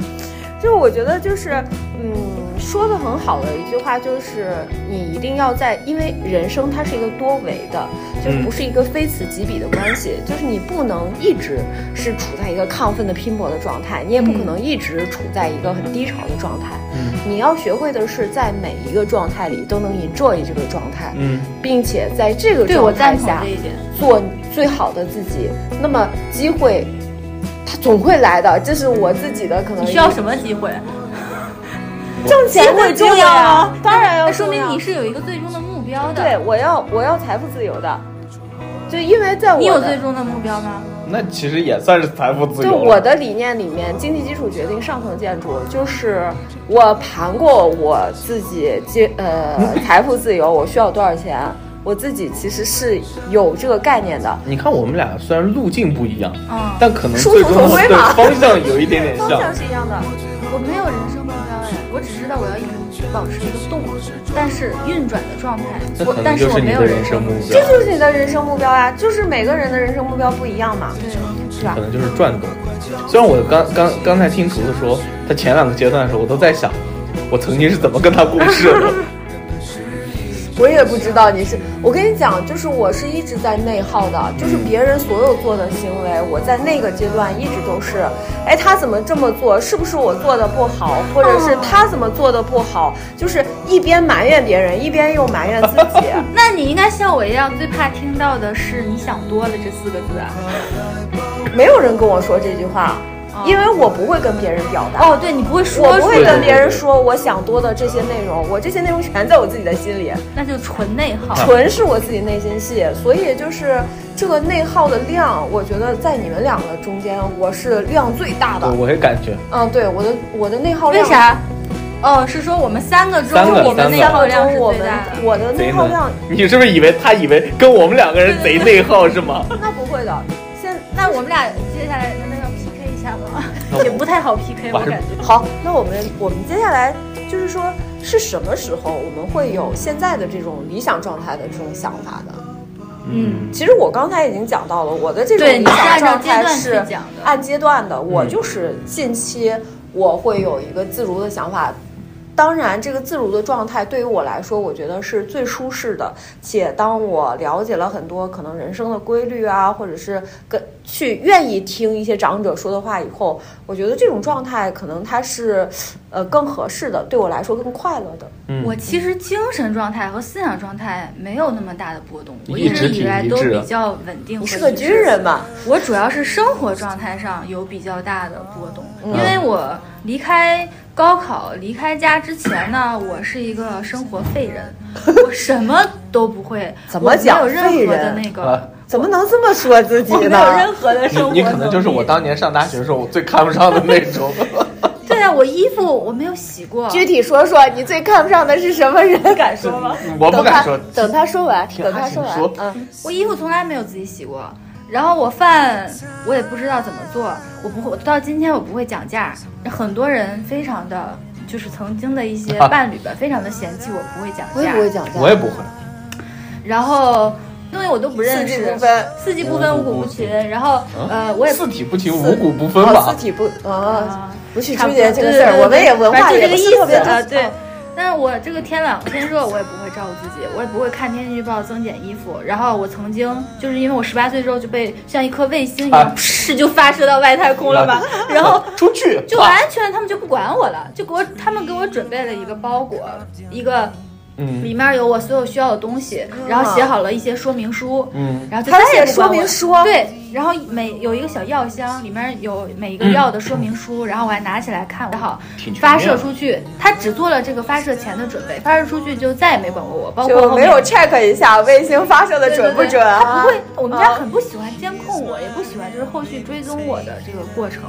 Speaker 2: 就我觉得就是，嗯，说的很好的一句话就是，你一定要在，因为人生它是一个多维的，就是
Speaker 1: 嗯
Speaker 2: 不是一个非此即彼的关系，就是你不能一直是处在一个亢奋的拼搏的状态，你也
Speaker 3: 嗯
Speaker 2: 不可能一直处在一个很低潮的状态。
Speaker 1: 嗯
Speaker 2: 你要学会的是，在每一个状态里都能 enjoy 这个状态，
Speaker 1: 嗯，
Speaker 2: 并且在这个
Speaker 3: 对，我
Speaker 2: 状态
Speaker 3: 赞同
Speaker 2: 下
Speaker 3: 这一点。
Speaker 2: 做你最好的自己，那么机会它总会来的。这是我自己的可能
Speaker 3: 你需要什么机会？
Speaker 2: 挣钱
Speaker 3: 机会
Speaker 2: 很重
Speaker 3: 重要
Speaker 2: 啊
Speaker 3: 啊，
Speaker 2: 当然要
Speaker 3: 那说明
Speaker 2: 重要
Speaker 3: 你是有一个最终的目标的。
Speaker 2: 对，我要我要财富自由的，就因为在我
Speaker 3: 你有
Speaker 2: 的
Speaker 3: 最终的目标吗？
Speaker 1: 那其实也算是财富自
Speaker 2: 对
Speaker 1: 由
Speaker 2: 我
Speaker 1: 了。
Speaker 2: 的理念里面，经济基础决定上层建筑，就是我盘过我自己经 呃财富自由，我需要多少钱，我自己其实是有这个概念的。
Speaker 1: 你看我们俩虽然路径不一样，
Speaker 3: 嗯，
Speaker 1: 但可能
Speaker 2: 殊
Speaker 1: 最
Speaker 2: 途
Speaker 1: 终
Speaker 2: 同归
Speaker 1: 的
Speaker 2: 嘛
Speaker 1: 方向有一点点
Speaker 2: 方
Speaker 1: 像
Speaker 2: 向。是一样的，
Speaker 3: 我没有人生目标哎，我只知道我要一直保持一个动，但是运转的状态。
Speaker 1: 那
Speaker 3: 我
Speaker 1: 可能
Speaker 3: 但
Speaker 1: 就是
Speaker 3: 我
Speaker 1: 你
Speaker 3: 没有
Speaker 1: 的人
Speaker 3: 生
Speaker 1: 生目标
Speaker 3: 标。
Speaker 2: 这，就是你的人生目标呀、就是每个人的人生目标不一样嘛。
Speaker 3: 对，
Speaker 1: 可能就是转动。虽然我刚刚刚才听竹子说，他前两个阶段的时候，我都在想，我曾经是怎么跟他共事的。
Speaker 2: 我也不知道你是，我跟你讲，就是我是一直在内耗的，就是别人所有做的行为，我在那个阶段一直都是，哎，他怎么这么做？是不是我做的不好，或者是他怎么做的不好？就是一边埋怨别人，一边又埋怨自 己。
Speaker 3: 那你应该像我一样，最怕听到的是“你想多了”这四个字啊。
Speaker 2: 没有人跟我说这句话，因为我不会跟别人表达。
Speaker 3: 哦，对你不会说
Speaker 2: 我
Speaker 3: 出
Speaker 2: 不会
Speaker 3: 来
Speaker 2: 跟别人哦说我想多的这些内容，我这些内容全在我自己的心里。
Speaker 3: 那就纯内耗。
Speaker 2: 纯是我自己内心戏，所以就是这个内耗的量，我觉得在你们两个中间，我是量最大的
Speaker 1: 我。我也感觉，
Speaker 2: 嗯，对，我的我的内耗
Speaker 3: 为
Speaker 2: 量？
Speaker 3: 啥？哦，是说我们三个中，
Speaker 1: 三个
Speaker 3: 我们内
Speaker 1: 三
Speaker 3: 耗
Speaker 1: 个
Speaker 3: 量是
Speaker 2: 我
Speaker 3: 最
Speaker 2: 们
Speaker 3: 大的。
Speaker 2: 我的内
Speaker 1: 贼
Speaker 2: 耗
Speaker 1: 能
Speaker 2: 量，
Speaker 1: 你是不是以为他以为跟我们两个人贼内耗是吗？
Speaker 2: 那不会的。现
Speaker 3: 那我们俩接下来那要 PK 一下吗？ 也不太好
Speaker 1: 我
Speaker 3: PK，哎我
Speaker 1: 还是
Speaker 3: 感觉。
Speaker 2: 好，那我们我们接下来就是说，是什么时候我们会有现在的这种理想状态的这种想法呢？
Speaker 3: 嗯，
Speaker 2: 其实我刚才已经讲到了，我的这种
Speaker 3: 对
Speaker 2: 理
Speaker 3: 你是
Speaker 2: 想
Speaker 3: 按照
Speaker 2: 状
Speaker 3: 阶
Speaker 2: 态
Speaker 3: 段
Speaker 2: 是
Speaker 3: 去讲的
Speaker 2: 按阶段的，我就是近期我会有一个自如的想法。当然，这个自如的状态对于我来说，我觉得是最舒适的。且当我了解了很多可能人生的规律啊，或者是跟去愿意听一些长者说的话以后，我觉得这种状态可能它是，呃，更合适的，对我来说更快乐的。
Speaker 1: 嗯，
Speaker 3: 我其实精神状态和思想状态没有那么大的波动，我
Speaker 1: 一
Speaker 3: 一
Speaker 1: 直
Speaker 3: 直以
Speaker 1: 挺
Speaker 3: 来
Speaker 1: 一
Speaker 3: 都
Speaker 1: 致
Speaker 3: 比
Speaker 1: 的
Speaker 3: 较稳定。
Speaker 2: 你是个军人？嘛？
Speaker 3: 我主要是生活状态上有比较大的波动，
Speaker 2: 嗯
Speaker 3: 因为我离开高考、离开家之前呢，我是一个生活废 人，我什么都不会，
Speaker 2: 怎么讲
Speaker 3: 我没有任何
Speaker 2: 废
Speaker 3: 的
Speaker 2: 人
Speaker 3: 那个
Speaker 1: 啊，
Speaker 2: 怎么能这么说自己
Speaker 3: 我没
Speaker 2: 呢
Speaker 3: 有？任何的
Speaker 1: 你
Speaker 3: 生活
Speaker 1: 你可能就是
Speaker 3: 能力
Speaker 1: 我当年上大学的时候我最看不上的那 种。
Speaker 3: 对啊，我衣服我没有洗 过，
Speaker 2: 具体说说，你最看不上的是什么人？敢
Speaker 4: 说吗？
Speaker 1: 我不敢说
Speaker 2: 嗯
Speaker 3: 嗯
Speaker 2: 等，他等他说完，
Speaker 1: 听
Speaker 2: 等他
Speaker 1: 阿
Speaker 2: 说
Speaker 1: 晴
Speaker 2: 完
Speaker 1: 说，
Speaker 2: 嗯，
Speaker 3: 我衣服从来没有自己洗过，然后我饭我也不知道怎么做，我不会到今天我不会讲价，很多人非常的就是曾经的一些伴侣吧，非常的嫌弃我不会讲
Speaker 2: 我也
Speaker 3: 价
Speaker 2: 不，会讲价，
Speaker 1: 我也不会。
Speaker 3: 然后东西我都不认
Speaker 2: 四季
Speaker 3: 识
Speaker 2: 不，分，
Speaker 3: 四季不分五谷不群，然后呃我也
Speaker 1: 四体不勤，
Speaker 2: 嗯四
Speaker 1: 五谷不分
Speaker 2: 哦，
Speaker 1: 吧
Speaker 2: 字。体不啊，
Speaker 3: 啊
Speaker 2: 不去
Speaker 3: 差
Speaker 2: 纠
Speaker 3: 不多
Speaker 2: 结这个
Speaker 3: 对
Speaker 2: 事儿，
Speaker 3: 对
Speaker 2: 我们
Speaker 3: 对
Speaker 2: 也文化
Speaker 3: 反正就
Speaker 2: 也不
Speaker 3: 这个
Speaker 2: 是
Speaker 3: 意
Speaker 2: 特
Speaker 3: 思
Speaker 2: 别
Speaker 3: 啊，
Speaker 2: 懂
Speaker 3: 对。但是我这个天网恢恢恢，我也不会照顾自己，我也不会看天气预报增减衣服。然后我曾经就是因为我十八岁之后就被像一颗卫星一
Speaker 1: 啊
Speaker 3: 样，噗 就发射到外太空了嘛，然后
Speaker 1: 嗯出去
Speaker 3: 就完全他们就不管我了，就给我他们给我准备了一个包裹，一个
Speaker 1: 嗯
Speaker 3: 里面有我所有需要的东西，然后写好了一些说明书，
Speaker 1: 嗯，
Speaker 3: 然后就
Speaker 2: 他
Speaker 3: 再也
Speaker 2: 写
Speaker 3: 不
Speaker 2: 说
Speaker 3: 管我
Speaker 2: 明
Speaker 3: 了
Speaker 2: 书，
Speaker 3: 对，然后每有一个小药箱，里面有每一个药的说明书，然后我还拿起来看，然后
Speaker 1: 挺全
Speaker 3: 发
Speaker 1: 面
Speaker 3: 射出去，他只做了这个发射前的准备，发射出去就再也没管过我，包括
Speaker 2: 就
Speaker 3: 后
Speaker 2: 没
Speaker 3: 面
Speaker 2: 有 check 一下卫星发射的
Speaker 3: 对
Speaker 2: 准不
Speaker 3: 对对
Speaker 2: 准啊？
Speaker 3: 他不会，我们
Speaker 2: 啊
Speaker 3: 家很不喜欢监控我，也不喜欢就是后续追踪我的这个过程，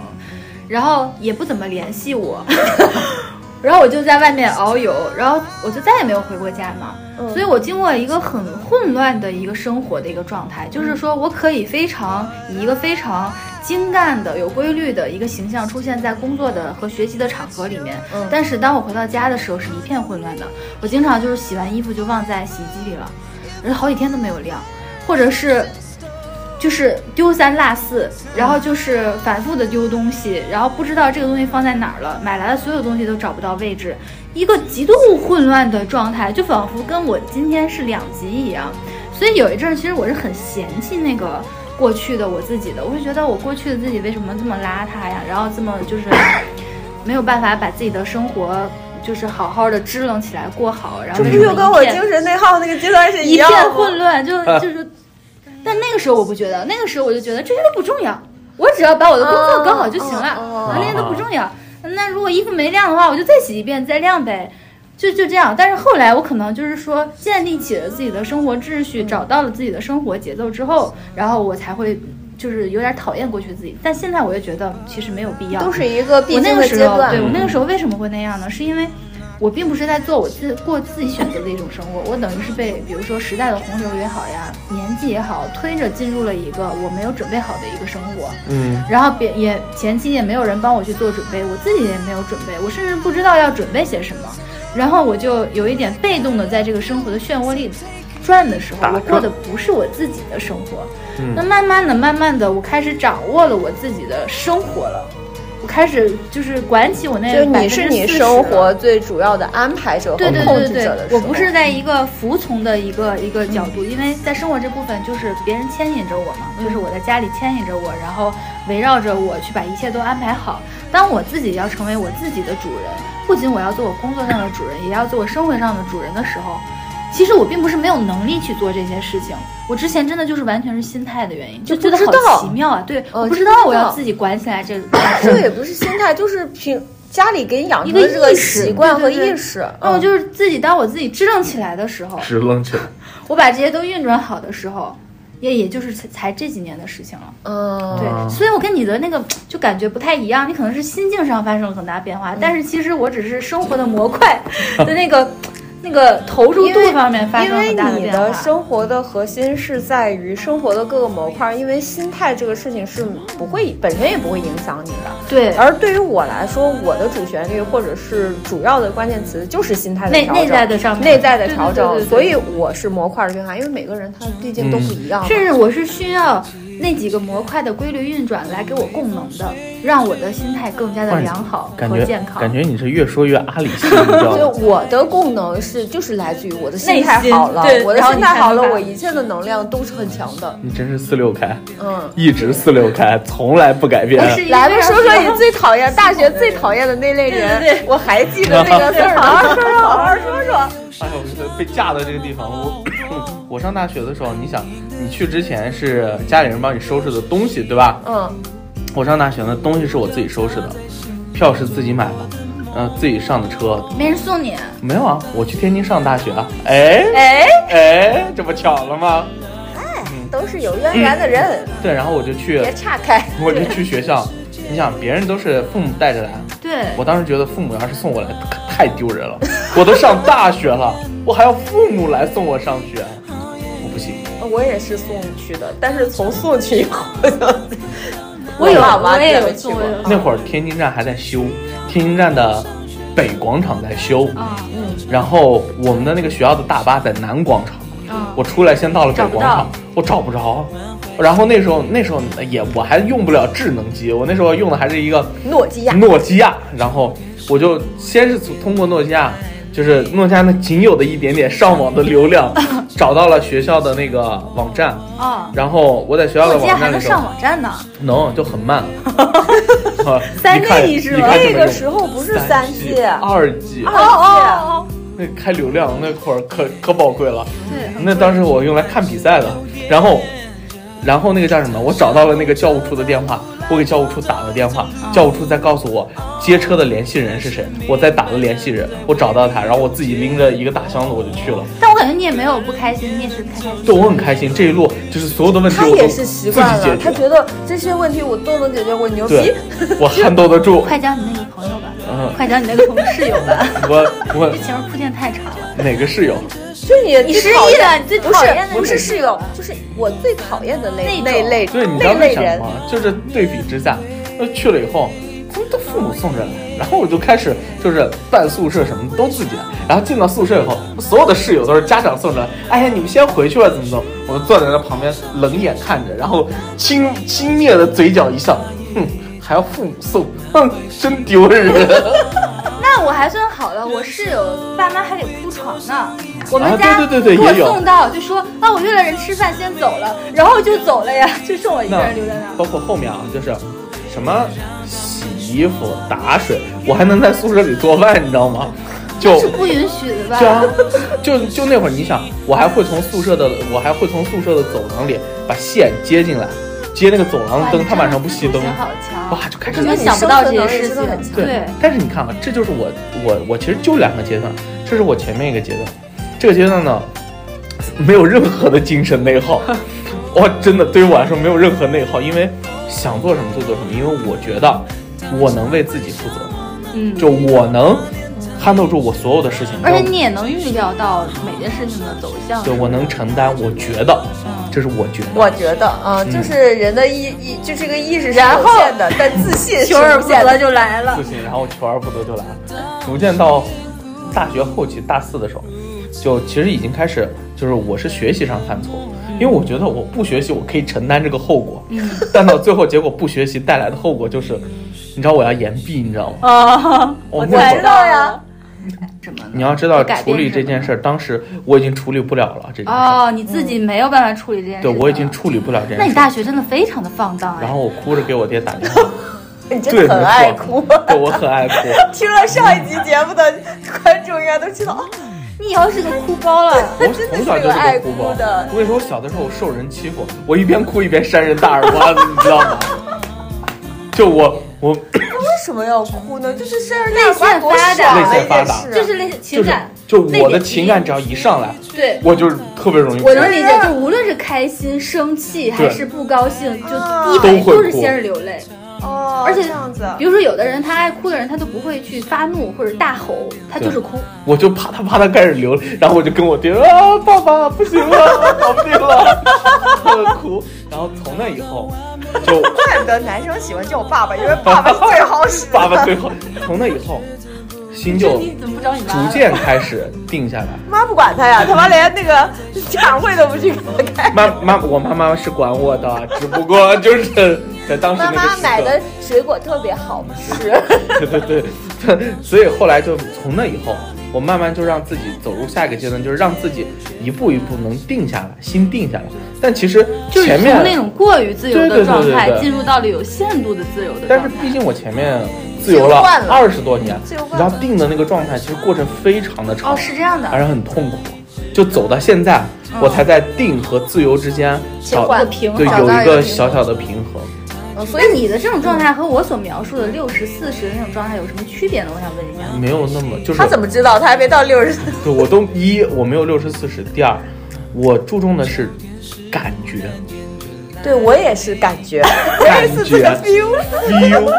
Speaker 3: 然后也不怎么联 系我，然后我就在外面遨游，然后我就再也没有回过家嘛。
Speaker 2: 嗯
Speaker 3: 所以我经过一个很混乱的一个生活的一个状态，就是说我可以非常以一个非常精干的、有规律的一个形象出现在工作的和学习的场合里面。
Speaker 2: 嗯
Speaker 3: 但是当我回到家的时候是一片混乱的，我经常就是洗完衣服就忘在洗衣机里了，然后好几天都没有晾，或者是。就是丢三落四，然后就是反复的丢东西，然后不知道这个东西放在哪儿了，买来的所有东西都找不到位置，一个极度混乱的状态，就仿佛跟我今天是两极一样。所以有一阵儿，其实我是很嫌弃那个过去的我自己的，我会觉得我过去的自己为什么这么邋遢呀，然后这么就是没有办法把自己的生活就是好好的支棱起来过好，然后
Speaker 2: 这
Speaker 3: 为
Speaker 2: 不
Speaker 3: 什么
Speaker 2: 就跟我
Speaker 3: 一片
Speaker 2: 精神内耗那个阶段是
Speaker 3: 一
Speaker 2: 样
Speaker 3: 片
Speaker 2: 吗
Speaker 3: 混？乱，就
Speaker 1: 啊
Speaker 3: 就是。但那个时候我不觉得，那个时候我就觉得这些都不重要，我只要把我的工作搞好就行了，
Speaker 2: 哦哦
Speaker 3: 啊那些都不重要。那如果衣服没晾的话，我就再洗一遍再晾呗，就就这样。但是后来我可能就是说建立起了自己的生活秩序，找到了自己的生活节奏之后，然后我才会就是有点讨厌过去自己。但现在我也觉得其实没有必要，
Speaker 2: 都是一个必
Speaker 3: 我那
Speaker 2: 经
Speaker 3: 个
Speaker 2: 的
Speaker 3: 时
Speaker 2: 阶
Speaker 3: 候，对
Speaker 2: 段，
Speaker 3: 我那个时候为什么会那样呢？是因为我并不是在做我自过自己选择的一种生活，我等于是被比如说时代的洪流也好呀，年纪也好，推着进入了一个我没有准备好的一个生活。
Speaker 1: 嗯，
Speaker 3: 然后别也前期也没有人帮我去做准备，我自己也没有准备，我甚至不知道要准备些什么。然后我就有一点被动的在这个生活的漩涡里转的时候
Speaker 1: 打，
Speaker 3: 我
Speaker 1: 转
Speaker 3: 过的不是我自己的生活。
Speaker 1: 嗯
Speaker 3: 那慢慢的、慢慢的，我开始掌握了我自己的生活了，我开始就是管起我那
Speaker 2: 就你是你
Speaker 3: 40%
Speaker 2: 生活最主要的安排者和
Speaker 3: 对对
Speaker 2: 控
Speaker 3: 对
Speaker 2: 制
Speaker 3: 对
Speaker 2: 者的
Speaker 3: 对，
Speaker 2: 时候
Speaker 3: 我不是在一个服从的一个一个角度，因为在生活这部分就是别人牵引着我嘛，
Speaker 2: 嗯
Speaker 3: 就是我在家里牵引着我，然后围绕着我去把一切都安排好。当我自己要成为我自己的主人，不仅我要做我工作上的主人，也要做我生活上的主人的时候。其实我并不是没有能力去做这些事情，我之前真的就是完全是心态的原因，就
Speaker 2: 不
Speaker 3: 觉得
Speaker 2: 知道
Speaker 3: 好奇妙啊！对，
Speaker 2: 哦
Speaker 3: 我不
Speaker 2: 知
Speaker 3: 知
Speaker 2: 道嗯
Speaker 3: 道我要自己管起来这个。
Speaker 2: 这个也不是心态，就是凭家里给你养
Speaker 3: 一
Speaker 2: 成
Speaker 3: 个
Speaker 2: 的这个
Speaker 3: 意识
Speaker 2: 习惯
Speaker 3: 对
Speaker 2: 和
Speaker 3: 对对
Speaker 2: 意识。
Speaker 3: 那
Speaker 2: 嗯
Speaker 3: 我哦就是自己，当我自己支棱起来的时候，
Speaker 1: 直愣起来。
Speaker 3: 我把这些都运转好的时候，也也就是才才这几年的事情了。
Speaker 2: 嗯，
Speaker 3: 对，
Speaker 1: 啊
Speaker 3: 所以我跟你的那个就感觉不太一样，你可
Speaker 2: 嗯
Speaker 3: 能是心境上发生了很大变化，但是其实我只是生活的模块的那个那个投入
Speaker 2: 因
Speaker 3: 度
Speaker 2: 为
Speaker 3: 方面发生
Speaker 2: 因
Speaker 3: 了
Speaker 2: 为
Speaker 3: 很大
Speaker 2: 你
Speaker 3: 变化。
Speaker 2: 的生活的核心是在于生活的各个模块，因为心态这个事情是不会本身也不会影响你的。
Speaker 3: 对，
Speaker 2: 而对于我来说，我的主旋律或者是主要的关键词就是心态的
Speaker 3: 内
Speaker 2: 调整，
Speaker 3: 内在的上面
Speaker 2: 内在的调整。
Speaker 3: 对对对对对
Speaker 2: 所以我是模块的平衡，因为每个人他毕竟都不一样嘛。
Speaker 3: 甚至我是需要那几个模块的规律运转来给我供能的，让我的心态更加的良好
Speaker 1: 感
Speaker 3: 和
Speaker 1: 觉
Speaker 3: 健康。
Speaker 1: 感觉你是越说越阿里系，你
Speaker 3: 哦
Speaker 1: 知 道
Speaker 2: 就
Speaker 1: 吗？
Speaker 2: 我的功能是，就是来自于我的心态
Speaker 3: 内心
Speaker 2: 好了
Speaker 3: 对，
Speaker 2: 我的
Speaker 3: 然后
Speaker 2: 心
Speaker 3: 你
Speaker 2: 态
Speaker 3: 才
Speaker 2: 好了，
Speaker 3: 能把
Speaker 2: 我一切的能量都是很强的。
Speaker 1: 你真是四六开，
Speaker 2: 嗯，
Speaker 1: 一直四六开，从来不改变。
Speaker 3: 是因为
Speaker 2: 来吧，说说
Speaker 3: 要
Speaker 2: 你最讨厌大学最讨厌的那类人。
Speaker 3: 对对
Speaker 2: 我还记得那个字儿呢，好好说说，好好说 说。
Speaker 1: 哎呦，我觉得被架到这个地方，我我 上大学的时候，你想，你去之前是家里人帮你收拾的东西，对吧？
Speaker 2: 嗯，
Speaker 1: 我上大学呢，东西是我自己收拾的，票是自己买的，呃，自己上的车。
Speaker 3: 没人送你，
Speaker 1: 没有啊，我去天津上大学啊。哎
Speaker 2: 哎，
Speaker 1: 哎，这不巧了吗？
Speaker 2: 都是有渊源的人，
Speaker 3: 嗯
Speaker 1: 对，然后我就去，
Speaker 2: 别岔开。
Speaker 1: 我就去学校。你想，别人都是父母带着来，
Speaker 3: 对，
Speaker 1: 我当时觉得父母要是送我来，太丢人了。我都上大学了，我还要父母来送我上学，我不行。
Speaker 2: 我也是送去的，但是从送去以后就，
Speaker 3: 我有
Speaker 2: 爸妈
Speaker 3: 我也
Speaker 2: 接
Speaker 3: 有
Speaker 2: 我去
Speaker 3: 送
Speaker 2: 过
Speaker 3: 我。有
Speaker 1: 那会儿天津站还在修，天津站的北广场在修，
Speaker 3: 啊
Speaker 1: 然后我们的那个学校的大巴在南广场。
Speaker 3: 啊，
Speaker 1: 我出来先到了北广
Speaker 3: 找
Speaker 1: 场，我找不着。然后那时候那时候也我还用不了智能机，我那时候用的还是一个
Speaker 2: 诺基亚，
Speaker 1: 诺基亚。然后我就先是通过诺基亚，就是诺基亚那仅有的一点点上网的流 量，找到了学校的那个网站。
Speaker 3: 啊，
Speaker 1: 然后我在学校的
Speaker 3: 我记得
Speaker 1: 网
Speaker 3: 还
Speaker 1: 站
Speaker 3: 能
Speaker 1: 里头
Speaker 3: 上网站呢，
Speaker 1: 能就很 慢。 啊
Speaker 3: 三 G
Speaker 1: 一看
Speaker 3: 是
Speaker 1: 一
Speaker 3: 吗
Speaker 1: 看就
Speaker 2: 那
Speaker 1: 没
Speaker 2: 个
Speaker 1: 用
Speaker 2: 时候不是
Speaker 1: 三
Speaker 2: 三 G，
Speaker 1: 二 G，
Speaker 2: 哦哦，
Speaker 3: 哦，
Speaker 1: 那开流量那会儿可可宝贵了。
Speaker 3: 对，
Speaker 1: 那当时我用来看比赛的，然后，然后那个叫什么？我找到了那个教务处的电话，我给教务处打了电话，
Speaker 2: 嗯
Speaker 1: 教务处再告诉我接车的联系人是谁，我再打了联系人，我找到他，然后我自己拎着一个大箱子我就去了。
Speaker 3: 但我感觉你也没有不开心，你也是开开心
Speaker 1: 对我很开心，这一路就是所有的问题
Speaker 2: 他
Speaker 1: 我都
Speaker 2: 也
Speaker 1: 自
Speaker 2: 是习
Speaker 1: 己
Speaker 2: 惯
Speaker 1: 解
Speaker 2: 了，他
Speaker 1: 决。
Speaker 2: 觉得这些问题我都能解决，我牛逼
Speaker 1: 对。，我撼动得住。
Speaker 3: 快讲你那个朋友吧，
Speaker 1: 嗯
Speaker 3: 快讲你那个同室友 吧，
Speaker 1: 我我
Speaker 3: 这前面铺垫太长了。
Speaker 1: 哪个室友？
Speaker 2: 就你
Speaker 3: 你
Speaker 2: 最
Speaker 3: 失
Speaker 2: 讨
Speaker 3: 忆
Speaker 2: 厌
Speaker 3: 了，你最
Speaker 2: 不
Speaker 3: 讨
Speaker 2: 是
Speaker 3: 厌的
Speaker 2: 不是
Speaker 3: 那
Speaker 2: 室
Speaker 3: 种
Speaker 2: 友，就是我最讨厌的类
Speaker 3: 那种
Speaker 2: 类
Speaker 1: 对，你知道
Speaker 2: 那类
Speaker 1: 为啥
Speaker 2: 人。
Speaker 1: 吗？就是对比之下，那去了以后，他们都父母送着来，然后我就开始就是办宿舍什么都自己来，然后进到宿舍以后，所有的室友都是家长送着来，哎呀，你们先回去吧，怎么怎么，我就坐在那旁边冷眼看着，然后轻轻蔑的嘴角一笑，哼，还要父母送，哼，真丢人。
Speaker 3: 那我还算好的，我室友爸妈还给铺床呢。我们家
Speaker 1: 啊对对对对
Speaker 3: 给我
Speaker 1: 也有
Speaker 3: 送到，就说啊，我约了人吃饭，先走了，然后就走 了呀，就剩我一个
Speaker 1: 那
Speaker 3: 人留在那儿。
Speaker 1: 包括后面啊，就是什么洗衣服、打水，我还能在宿舍里做饭，你知道吗？ 就是
Speaker 3: 不允许的
Speaker 1: 对
Speaker 3: 吧
Speaker 1: 啊？，就就那会儿，你想，我还会从宿舍的，我还会从宿舍的走廊里把线接进来，接那个走廊的
Speaker 3: 哇你
Speaker 1: 灯，
Speaker 3: 这
Speaker 1: 他晚
Speaker 3: 样
Speaker 1: 上不熄灯
Speaker 3: 自主性，好强，
Speaker 1: 哇，就开始
Speaker 3: 根
Speaker 2: 那
Speaker 3: 本
Speaker 2: 你
Speaker 3: 想不到这
Speaker 2: 生存
Speaker 3: 些
Speaker 2: 能力
Speaker 3: 事
Speaker 2: 真的很
Speaker 3: 情。
Speaker 2: 强
Speaker 3: 对，
Speaker 1: 但是你看啊，这就是我我我其实就两个阶段，这是我前面一个阶段，这个阶段呢，没有任何的精神内耗，哇，真的对于我来说没有任何内耗，因为想做什么就做什么，因为我觉得我能为自己负责，
Speaker 3: 嗯，
Speaker 1: 就我能撼动住我所有的事情，
Speaker 3: 而且
Speaker 1: 我
Speaker 3: 你也能预料到每件事情的走向。
Speaker 1: 对我能承担，我觉得
Speaker 3: 嗯，
Speaker 1: 这是我觉得。
Speaker 2: 我觉得啊，
Speaker 1: 嗯
Speaker 2: 就是人的意意，就这个意识是
Speaker 3: 然
Speaker 2: 有
Speaker 3: 后
Speaker 2: 限的，但自信是
Speaker 3: 求而
Speaker 2: 无
Speaker 3: 不
Speaker 2: 限
Speaker 3: 得
Speaker 2: 的。
Speaker 3: 就来了
Speaker 1: 不。行，然后求而不得就来了。逐渐到大学后期，大四的时候，就其实已经开始，就是我是学习上犯错，
Speaker 2: 嗯
Speaker 1: 因为我觉得我不学习，我可以承担这个后果。但到最后结果不学习带来的后果就是，你知道我要延毕，你知道吗？
Speaker 3: 啊，
Speaker 1: 我那
Speaker 2: 哦才
Speaker 1: 会
Speaker 2: 知
Speaker 1: 儿
Speaker 2: 道呀，
Speaker 3: 什么呢？
Speaker 1: 你要知道
Speaker 3: 就改
Speaker 1: 处
Speaker 3: 变
Speaker 1: 理
Speaker 3: 什
Speaker 1: 这
Speaker 3: 么
Speaker 1: 件
Speaker 3: 呢
Speaker 1: 事儿，当时我已经处理不了了这件事儿，
Speaker 3: 哦，你自己没有办法处理这件事。
Speaker 1: 对我已经。处理不了这件事
Speaker 3: 那
Speaker 1: 儿。
Speaker 3: 你大学真的非常的放荡哎。
Speaker 1: 然后我哭着给我爹打电话，
Speaker 2: 你 哎真
Speaker 1: 对，
Speaker 2: 的
Speaker 1: 没
Speaker 2: 很
Speaker 1: 错
Speaker 2: 爱哭。啊
Speaker 1: 对我很爱哭。
Speaker 2: 听了上一集节目的观众应该都知道，啊
Speaker 3: 你以后是个哭包了。
Speaker 1: 我从小就是个哭包。我跟你说，我小的时候我受人欺负，我一边哭一边扇人大耳刮 子，你知道吗？就我我
Speaker 2: 为什么要哭呢？就是生日
Speaker 3: 内线发达
Speaker 2: 那
Speaker 1: 内线发达
Speaker 3: 就是那些
Speaker 1: 就
Speaker 3: 情
Speaker 1: 是
Speaker 3: 感，
Speaker 1: 就我的情感只要一上来，
Speaker 3: 对，
Speaker 1: 我就是特别容易哭
Speaker 3: 我。能理解，就无论是开心、生气还是不高兴，就一
Speaker 1: 都
Speaker 3: 百
Speaker 1: 会
Speaker 3: 都是先是流泪。
Speaker 2: 哦，
Speaker 5: 哦，
Speaker 3: 而且
Speaker 5: 这样子，
Speaker 3: 比如说有的人他爱哭的人，他都不会去发怒或者大吼，他就是哭。
Speaker 1: 我就啪嗒啪嗒开始流，然后我就跟我爹说啊，爸爸不行了，搞不定了， 我哭。然后从那以后，就
Speaker 2: 怪不得男生喜欢叫爸爸，因为爸爸最好使。
Speaker 1: 爸爸最后，从那以后，心就
Speaker 3: 你怎么不找你妈？
Speaker 1: 逐渐开始定下来。
Speaker 2: 妈不管他呀，他妈连那个展会都不去开。
Speaker 1: 妈妈，我妈妈是管我的，只不过 就是在当时
Speaker 2: 妈
Speaker 1: 那个
Speaker 2: 妈
Speaker 1: 时
Speaker 2: 买
Speaker 1: 刻
Speaker 2: 的，水果特别好吃，
Speaker 1: 对对对，所以后来就从那以后，我慢慢就让自己走入下一个阶段，就是让自己一步一步能定下来，心定下来。但其实
Speaker 3: 就是
Speaker 1: 前
Speaker 3: 从
Speaker 1: 面
Speaker 3: 那种过于自由
Speaker 1: 对对
Speaker 3: 的
Speaker 1: 对
Speaker 3: 状
Speaker 1: 对
Speaker 3: 态，
Speaker 1: 对
Speaker 3: 进入到了有限度的自由的
Speaker 1: 但
Speaker 3: 状
Speaker 1: 是
Speaker 3: 态。
Speaker 1: 毕竟我前面自由了
Speaker 2: 惯了
Speaker 1: 二十多年，
Speaker 2: 自由惯
Speaker 1: 你
Speaker 2: 了
Speaker 1: 知道定的那个状态，其实过程非常的长，
Speaker 3: 哦，是这样的，
Speaker 1: 而且很痛苦。就走到现在，我才在定和自由之间
Speaker 2: 切
Speaker 1: 找
Speaker 2: 换
Speaker 3: 平衡
Speaker 1: 对
Speaker 2: 找
Speaker 1: 有
Speaker 2: 到一
Speaker 1: 一
Speaker 2: 个
Speaker 1: 个
Speaker 2: 平衡
Speaker 1: 小小的平衡。
Speaker 3: 哦所以你的这种状态和我所描述的六十四十的那种状态有什么区别呢？我想问一下。
Speaker 1: 没有那么就是
Speaker 2: 他怎么知道？他还没到六十。
Speaker 1: 对我都一我没有六十四十，第二我注重的是感觉
Speaker 2: 对我也是感 觉，我也是这个 feel。
Speaker 1: feel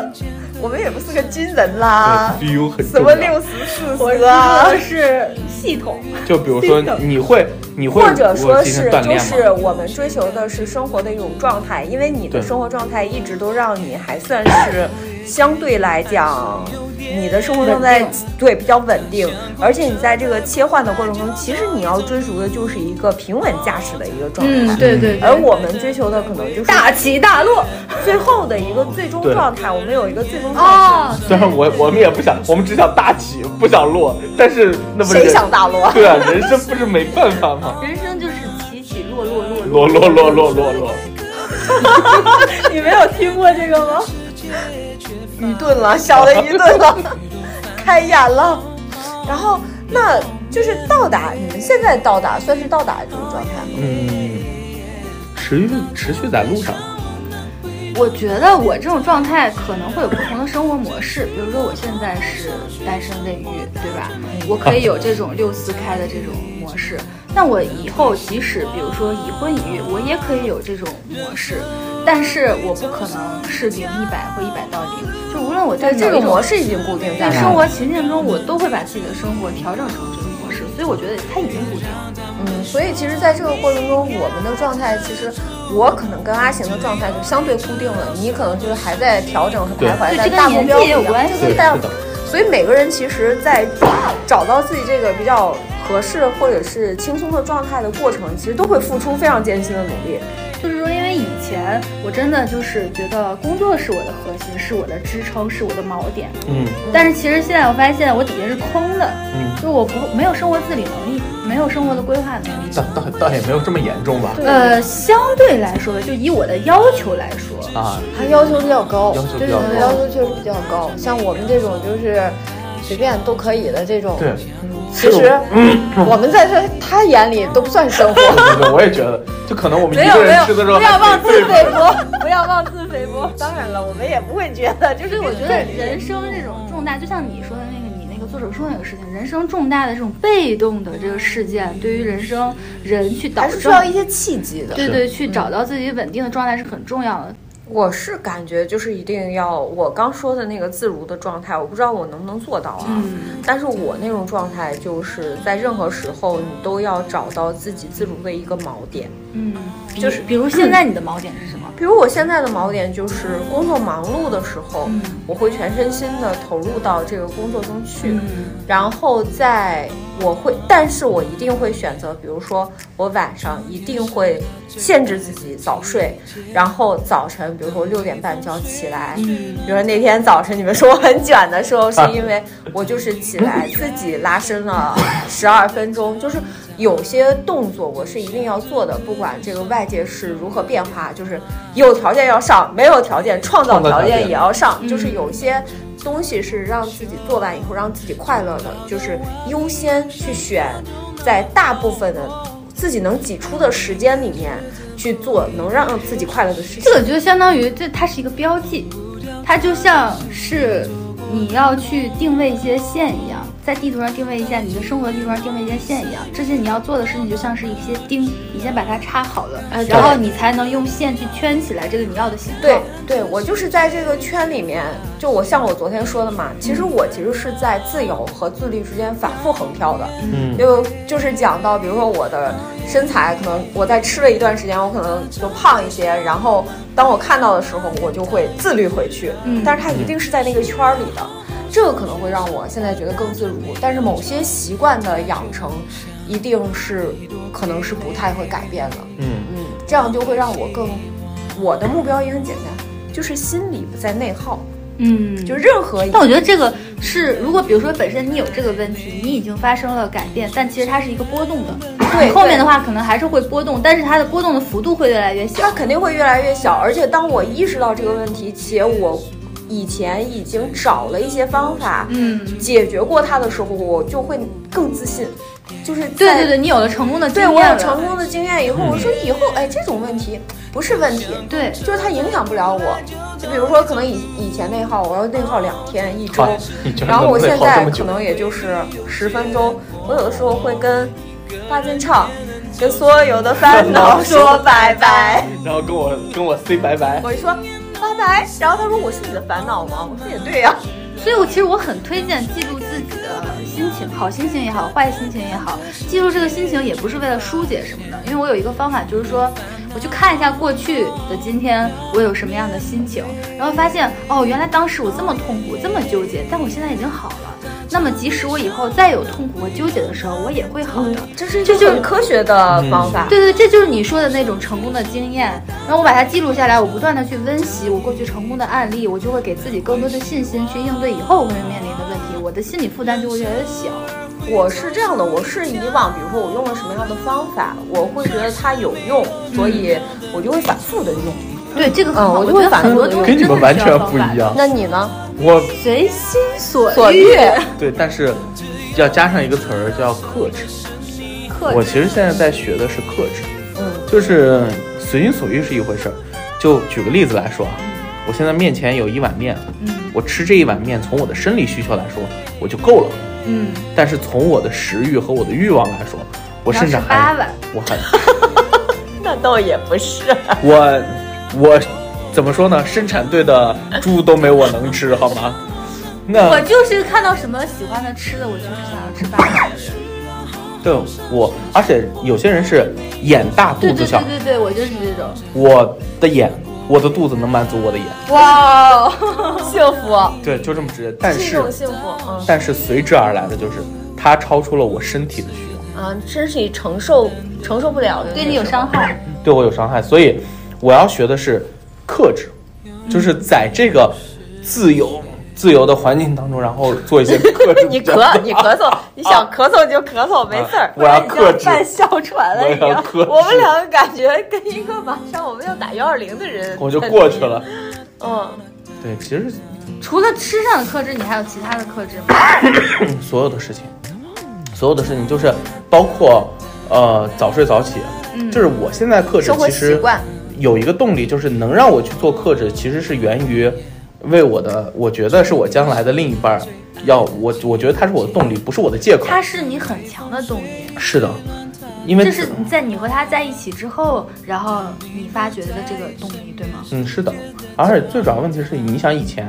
Speaker 2: 我们也不是个军人啦，
Speaker 1: 对 feel 呃很
Speaker 2: 啊什
Speaker 1: 重
Speaker 2: 么
Speaker 1: 要。
Speaker 2: 六十四十啊，
Speaker 3: 是系统，
Speaker 1: 就比如说你会你会
Speaker 2: 或者说
Speaker 1: 我今天
Speaker 2: 是
Speaker 1: 锻
Speaker 2: 就
Speaker 1: 炼吗？
Speaker 2: 是我们追求的是生活的一种状态，因为你的
Speaker 1: 对
Speaker 2: 生活状态一直都让你还算是相对来讲。你的生活状态
Speaker 3: 稳
Speaker 2: 对比较稳定，而且你在这个切换的过程中，其实你要追逐的就是一个平稳驾驶的一个状态，
Speaker 3: 嗯，对对对。
Speaker 2: 而我们追求的可能就是
Speaker 3: 大起大落
Speaker 2: 最后的一个最终
Speaker 1: 对
Speaker 2: 状态，我们有一个最终状态。
Speaker 3: 哦，
Speaker 1: 虽然我我们也不想，我们只想大起，不想落，但是那不是
Speaker 2: 谁想大落
Speaker 1: 对啊，人生不是没办法吗？
Speaker 3: 人生就是起起落落落落。
Speaker 1: 落落落落落落，
Speaker 2: 你没有听过这个吗？愚钝了，小的愚钝了， 开眼了。然后，那就是到达你们现在到达，算是到达这种状态吗？
Speaker 1: 嗯，持续持续在路上，
Speaker 3: 我觉得我这种状态可能会有不同的生活模式，比如说我现在是单身未育，对吧？
Speaker 2: 嗯
Speaker 3: 我可以有这种六四开的这种模式。那我以后即使比如说已婚已育，我也可以有这种模式，但是我不可能是零一百或一百到零，就无论我在
Speaker 2: 但这
Speaker 3: 哪
Speaker 2: 个
Speaker 3: 一种
Speaker 2: 模式已经固定在
Speaker 3: 在
Speaker 2: 那
Speaker 3: 生
Speaker 2: 儿。
Speaker 3: 活情境中，我都会把自己的生活调整成这个模式，所以我觉得它已经固定了。
Speaker 2: 嗯，所以其实，在这个过程中，我们的状态其实，我可能跟阿行的状态就相对固定了，你可能就是还在调整和
Speaker 1: 对
Speaker 2: 徘徊
Speaker 3: 对
Speaker 2: 在
Speaker 3: 这跟
Speaker 2: 大目
Speaker 3: 年
Speaker 2: 标
Speaker 3: 纪也
Speaker 2: 不
Speaker 3: 有
Speaker 2: 一样
Speaker 3: 关
Speaker 2: 这
Speaker 3: 系
Speaker 2: 跟
Speaker 1: 对，
Speaker 2: 大
Speaker 1: 是的，
Speaker 2: 所以每个人其实，在找到自己这个比较合适或者是轻松的状态的过程，其实都会付出非常艰辛的努力。
Speaker 3: 就是说，因为以前我真的就是觉得工作是我的核心，是我的支撑，是我的锚点。
Speaker 1: 嗯
Speaker 3: 但是其实现在我发现我底下是空的，
Speaker 1: 嗯，
Speaker 3: 就是我不没有生活自理能力，没有生活的规划能力。
Speaker 2: 啊
Speaker 1: 倒倒倒也没有这么严重吧？
Speaker 3: 呃，相对来说，就以我的要求来说，
Speaker 1: 啊，
Speaker 5: 他要求比较高，
Speaker 1: 要求比较
Speaker 3: 对
Speaker 5: 要
Speaker 1: 高，
Speaker 5: 求确实比较高。像我们这种就是随便都可以的这种，
Speaker 1: 对，
Speaker 5: 其实我们在他他眼里都不算生活。
Speaker 1: 对对对，我也觉得，就可能我们一
Speaker 2: 没有
Speaker 1: 个
Speaker 2: 没
Speaker 1: 人
Speaker 2: 有，
Speaker 1: 吃的时候
Speaker 2: 不要
Speaker 1: 还
Speaker 2: 妄
Speaker 1: 可以对
Speaker 2: 自
Speaker 1: 付
Speaker 2: 菲薄，不要妄自菲薄。当然了，我们也不会觉得，就
Speaker 3: 所
Speaker 2: 是
Speaker 3: 以我觉得人生这种重大，就像你说的那个，你那个做手术那个事情，人生重大的这种被动的这个事件，对于人生人去导
Speaker 2: 还
Speaker 3: 正
Speaker 2: 是需要一些契机的。
Speaker 3: 对对，去找到自己稳定的状态是很重要的。
Speaker 2: 我是感觉就是一定要我刚说的那个自如的状态，我不知道我能不能做到啊。
Speaker 3: 嗯
Speaker 2: 但是我那种状态就是在任何时候，你都要找到自己自如的一个锚点。
Speaker 3: 嗯，
Speaker 2: 就
Speaker 3: 就是是比如现在你的锚点是什么？
Speaker 2: 比如我现在的锚点就是工作忙碌的时候，
Speaker 3: 嗯
Speaker 2: 我会全身心的投入到这个工作中去，然后在我会，但是我一定会选择，比如说我晚上一定会限制自己早睡，然后早晨，比如说六点半就要起来。
Speaker 3: 嗯，
Speaker 2: 比如说那天早晨你们说我很卷的时候，是因为我就是起来自己拉伸了十二分钟，就是有些动作我是一定要做的，不管这个外界是如何变化，就是有条件要上，没有条件创造
Speaker 1: 创造条
Speaker 2: 条
Speaker 1: 件
Speaker 2: 件也要上，
Speaker 3: 嗯
Speaker 2: 就是有些。东西是让自己做完以后让自己快乐的，就是优先去选，在大部分的自己能挤出的时间里面去做能让自己快乐的事情。
Speaker 3: 这个就相当于这它是一个标记，它就像是你要去定位一些线一样，在地图上定位一下你的生活地图上定位一下线一样，这些你要做的事情就像是一些钉，你先把它插好了，
Speaker 2: 啊
Speaker 3: 然后你才能用线去圈起来这个你要的形状。
Speaker 2: 对，对我就是在这个圈里面，就我像我昨天说的嘛，其实我其实是在自由和自律之间反复横跳的。
Speaker 1: 嗯
Speaker 2: 就就是讲到，比如说我的身材，可能我在吃了一段时间，我可能就胖一些，然后当我看到的时候，我就会自律回去。
Speaker 3: 嗯
Speaker 2: 但是它一定是在那个圈儿里的，这个可能会让我现在觉得更自如。但是某些习惯的养成，一定是可能是不太会改变的。
Speaker 1: 嗯，
Speaker 2: 嗯，这样就会让我更，我的目标也很简单，就是心里不再内耗，
Speaker 3: 嗯，
Speaker 2: 就任何一
Speaker 3: 但我觉得这个是，如果比如说本身你有这个问题，你已经发生了改变，但其实它是一个波动的，
Speaker 2: 对
Speaker 3: 后面的话可能还是会波动，但是它的波动的幅度会越来越小
Speaker 2: 它。肯定会越来越小。而且当我意识到这个问题，且我以前已经找了一些方法，
Speaker 3: 嗯，
Speaker 2: 解决过它的时候，我就会更自信。就是在
Speaker 3: 对对对，你有了成功的经
Speaker 2: 对
Speaker 3: 验
Speaker 2: 我有
Speaker 3: 了嗯
Speaker 2: 成功的经验以后，我说以后哎这种问题不是问题，
Speaker 3: 对
Speaker 2: 就是它影响不了我。就比如说，可能以以前内耗，我要内耗两天一周
Speaker 1: 哎你居，然
Speaker 2: 然后我
Speaker 1: 能内
Speaker 2: 现
Speaker 1: 耗这
Speaker 2: 在
Speaker 1: 么
Speaker 2: 可
Speaker 1: 久
Speaker 2: 能也就是十分钟。我有的时候会跟八金唱，跟所有 的烦恼说拜拜。
Speaker 1: 然后跟我跟我 say 拜拜。
Speaker 2: 我一说拜拜，然后他说我是你的烦恼吗？我说也对呀、
Speaker 3: 所以我其实我很推荐记录自己的心情，好心情也好，坏心情也好，记录这个心情也不是为了疏解什么的，因为我有一个方法，就是说我去看一下过去的今天我有什么样的心情，然后发现哦，原来当时我这么痛苦，这么纠结，但我现在已经好了。那么即使我以后再有痛苦和纠结的时候，我也会好的。
Speaker 2: 这是一嗯
Speaker 3: 这
Speaker 2: 个
Speaker 3: 就是
Speaker 2: 很科学的方法。
Speaker 3: 对对，这就是你说的那种成功的经验。然后我把它记录下来，我不断的去温习我过去成功的案例，我就会给自己更多的信心去应对以后我会面临的问题，我的心理负担就会越来越小。
Speaker 2: 我是这样的，我是以往，比如说我用了什么样的方法，我会觉得它有用，所以我就会反复的用。
Speaker 3: 对，这个很
Speaker 2: 嗯
Speaker 3: 好，
Speaker 2: 我就
Speaker 3: 觉
Speaker 2: 会
Speaker 3: 得
Speaker 2: 反
Speaker 3: 很多
Speaker 2: 思
Speaker 3: 东西
Speaker 1: 跟你
Speaker 3: 真的
Speaker 1: 们完
Speaker 3: 是需要
Speaker 1: 全
Speaker 3: 方
Speaker 1: 不
Speaker 3: 法
Speaker 1: 一
Speaker 3: 的。
Speaker 1: 样，
Speaker 2: 那你呢？
Speaker 1: 我
Speaker 3: 随心所
Speaker 2: 所
Speaker 3: 欲，
Speaker 2: 欲，
Speaker 1: 对，但是要加上一个词儿叫克制。
Speaker 3: 克
Speaker 1: 我
Speaker 3: 制
Speaker 1: 其实现在在学的是克制，
Speaker 2: 嗯，
Speaker 1: 就是随心所欲是一回事儿。就举个例子来说啊，我现在面前有一碗面，
Speaker 3: 嗯
Speaker 1: 我吃这一碗面，从我的生理需求来说，我就够了。
Speaker 3: 嗯，
Speaker 1: 但是从我的食欲和我的欲望来说，我甚至
Speaker 3: 然后是八
Speaker 1: 还嗯
Speaker 3: 碗，
Speaker 1: 我很
Speaker 2: 那倒也不是。
Speaker 1: 我我怎么说呢？生产队的猪都没我能吃，好吗？
Speaker 3: 我
Speaker 1: 那
Speaker 3: 就是看到什么喜欢的吃的，我就是想要吃八碗。
Speaker 1: 对我，而且有些人是眼大肚
Speaker 3: 对
Speaker 1: 子
Speaker 3: 对
Speaker 1: 小
Speaker 3: 对，对对，我就是这种。
Speaker 1: 我的眼，我的肚子能满足我的眼，
Speaker 2: 哇哦，幸福，
Speaker 1: 对，就这么直接。但
Speaker 2: 是一
Speaker 1: 是
Speaker 2: 种幸福。嗯
Speaker 1: 但是随之而来的就是，它超出了我身体的需要。
Speaker 2: 啊，真是你承受承受不了的，。
Speaker 3: 对你有伤害，
Speaker 1: 对我有伤害，所以我要学的是克制，就是在这个自由自由的环境当中，然后做一些 克制
Speaker 2: 你
Speaker 1: 比较多
Speaker 2: 咳，你咳嗽，你想咳嗽就咳嗽，没事儿。
Speaker 1: 啊我要
Speaker 2: 不然你就
Speaker 1: 克制
Speaker 2: 犯哮喘了一
Speaker 1: 我要
Speaker 2: 样。
Speaker 1: 克制
Speaker 2: 我们两个感觉跟一个马上我们要打幺二零的人，
Speaker 1: 我就过去。了。
Speaker 2: 嗯，
Speaker 1: 对，其实
Speaker 3: 除了吃上的克制，你还有其他的克制吗？
Speaker 1: 所有的事情，所有的事情就是包括呃早睡早起，
Speaker 3: 嗯
Speaker 1: 就是我现在克制
Speaker 2: 生活
Speaker 1: 其
Speaker 2: 习
Speaker 1: 实
Speaker 2: 惯。
Speaker 1: 有一个动力，就是能让我去做克制，其实是源于为我的，我觉得是我将来的另一半儿要我，我觉得他是我的动力，不是我的借口。
Speaker 3: 它是你很强的动力，
Speaker 1: 是的，因为
Speaker 3: 这是你在你和他在一起之后，然后你发掘的这个动力，对吗？
Speaker 1: 嗯，是的，而且最主要问题是，你想以前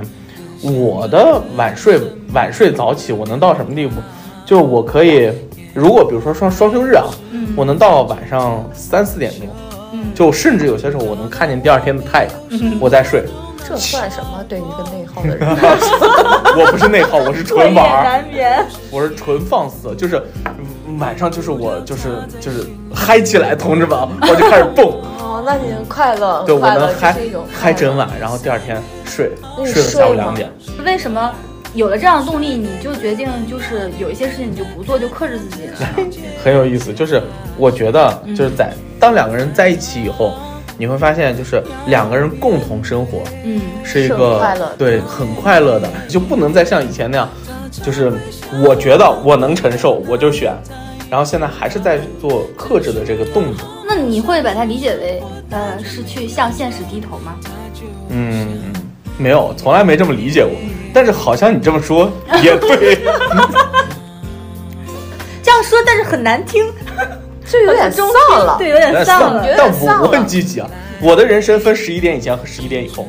Speaker 1: 我的晚睡晚睡早起，我能到什么地步？就是我可以，如果比如说双双休日啊，
Speaker 3: 嗯
Speaker 1: 我能到晚上三四点钟，
Speaker 3: 嗯
Speaker 1: 就甚至有些时候我能看见第二天的太阳，
Speaker 2: 嗯
Speaker 1: 我在睡，
Speaker 2: 这算什么？对一个内耗的人，
Speaker 1: 我不是内耗， 我是纯玩 儿，
Speaker 2: 眠。
Speaker 1: 我是纯放肆，就是嗯晚上就是我就是就是嗨起来，同志 们，啊我就开始蹦，
Speaker 2: 哦，那你快 乐，
Speaker 1: 对我
Speaker 2: 快乐
Speaker 1: 能嗨
Speaker 2: 这是一种
Speaker 1: 嗨整
Speaker 2: 晚。
Speaker 1: 晚，然后第二天睡
Speaker 2: 那你
Speaker 1: 睡到下午
Speaker 2: 睡吗
Speaker 1: 两点。
Speaker 3: 为什么有了这样的动力，你就决定就是有一些事情你就不做，就克制自己了呢？
Speaker 1: 很有意思，就是我觉得就是在、
Speaker 2: 嗯
Speaker 1: 当两个人在一起以后，你会发现就是两个人共同生活
Speaker 3: 嗯，
Speaker 1: 是一
Speaker 2: 是
Speaker 1: 个
Speaker 2: 很快乐的
Speaker 1: 对很快乐的，就不能再像以前那样，就是我觉得我能承受我就选，然后现在还是在做克制的这个动作，
Speaker 3: 那你会把它理解为，呃，是去向现实低头吗？
Speaker 1: 嗯。 没有，从来没这么理解过，但是好像你这么说也对，
Speaker 3: 很难听，
Speaker 2: 就有点丧了。
Speaker 3: 对，有点丧了，
Speaker 1: 但我我很积极啊！我的人生分十一点以前和十一点以后。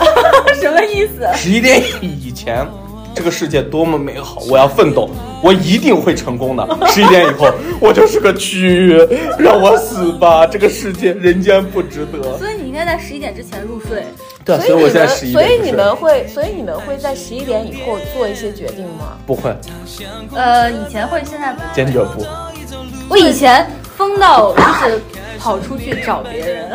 Speaker 3: 什么意思？
Speaker 1: 十一点以前，这个世界多么美好，我要奋斗，我一定会成功的。十一点以后，我就是个蛆，让我死吧！这个世界人间不值得。
Speaker 3: 所以你应该在十一点之前入睡。
Speaker 1: 对，啊
Speaker 2: 所
Speaker 1: 以
Speaker 2: 你
Speaker 1: 我
Speaker 2: 们
Speaker 1: 现在十一
Speaker 2: 所
Speaker 1: 点。
Speaker 2: 以你们会，所以你们会在十一点以后做一些决定吗？
Speaker 1: 不会，
Speaker 3: 呃，以前会，现在不。
Speaker 1: 坚决不。
Speaker 3: 我以前疯到就是跑出去找别 人，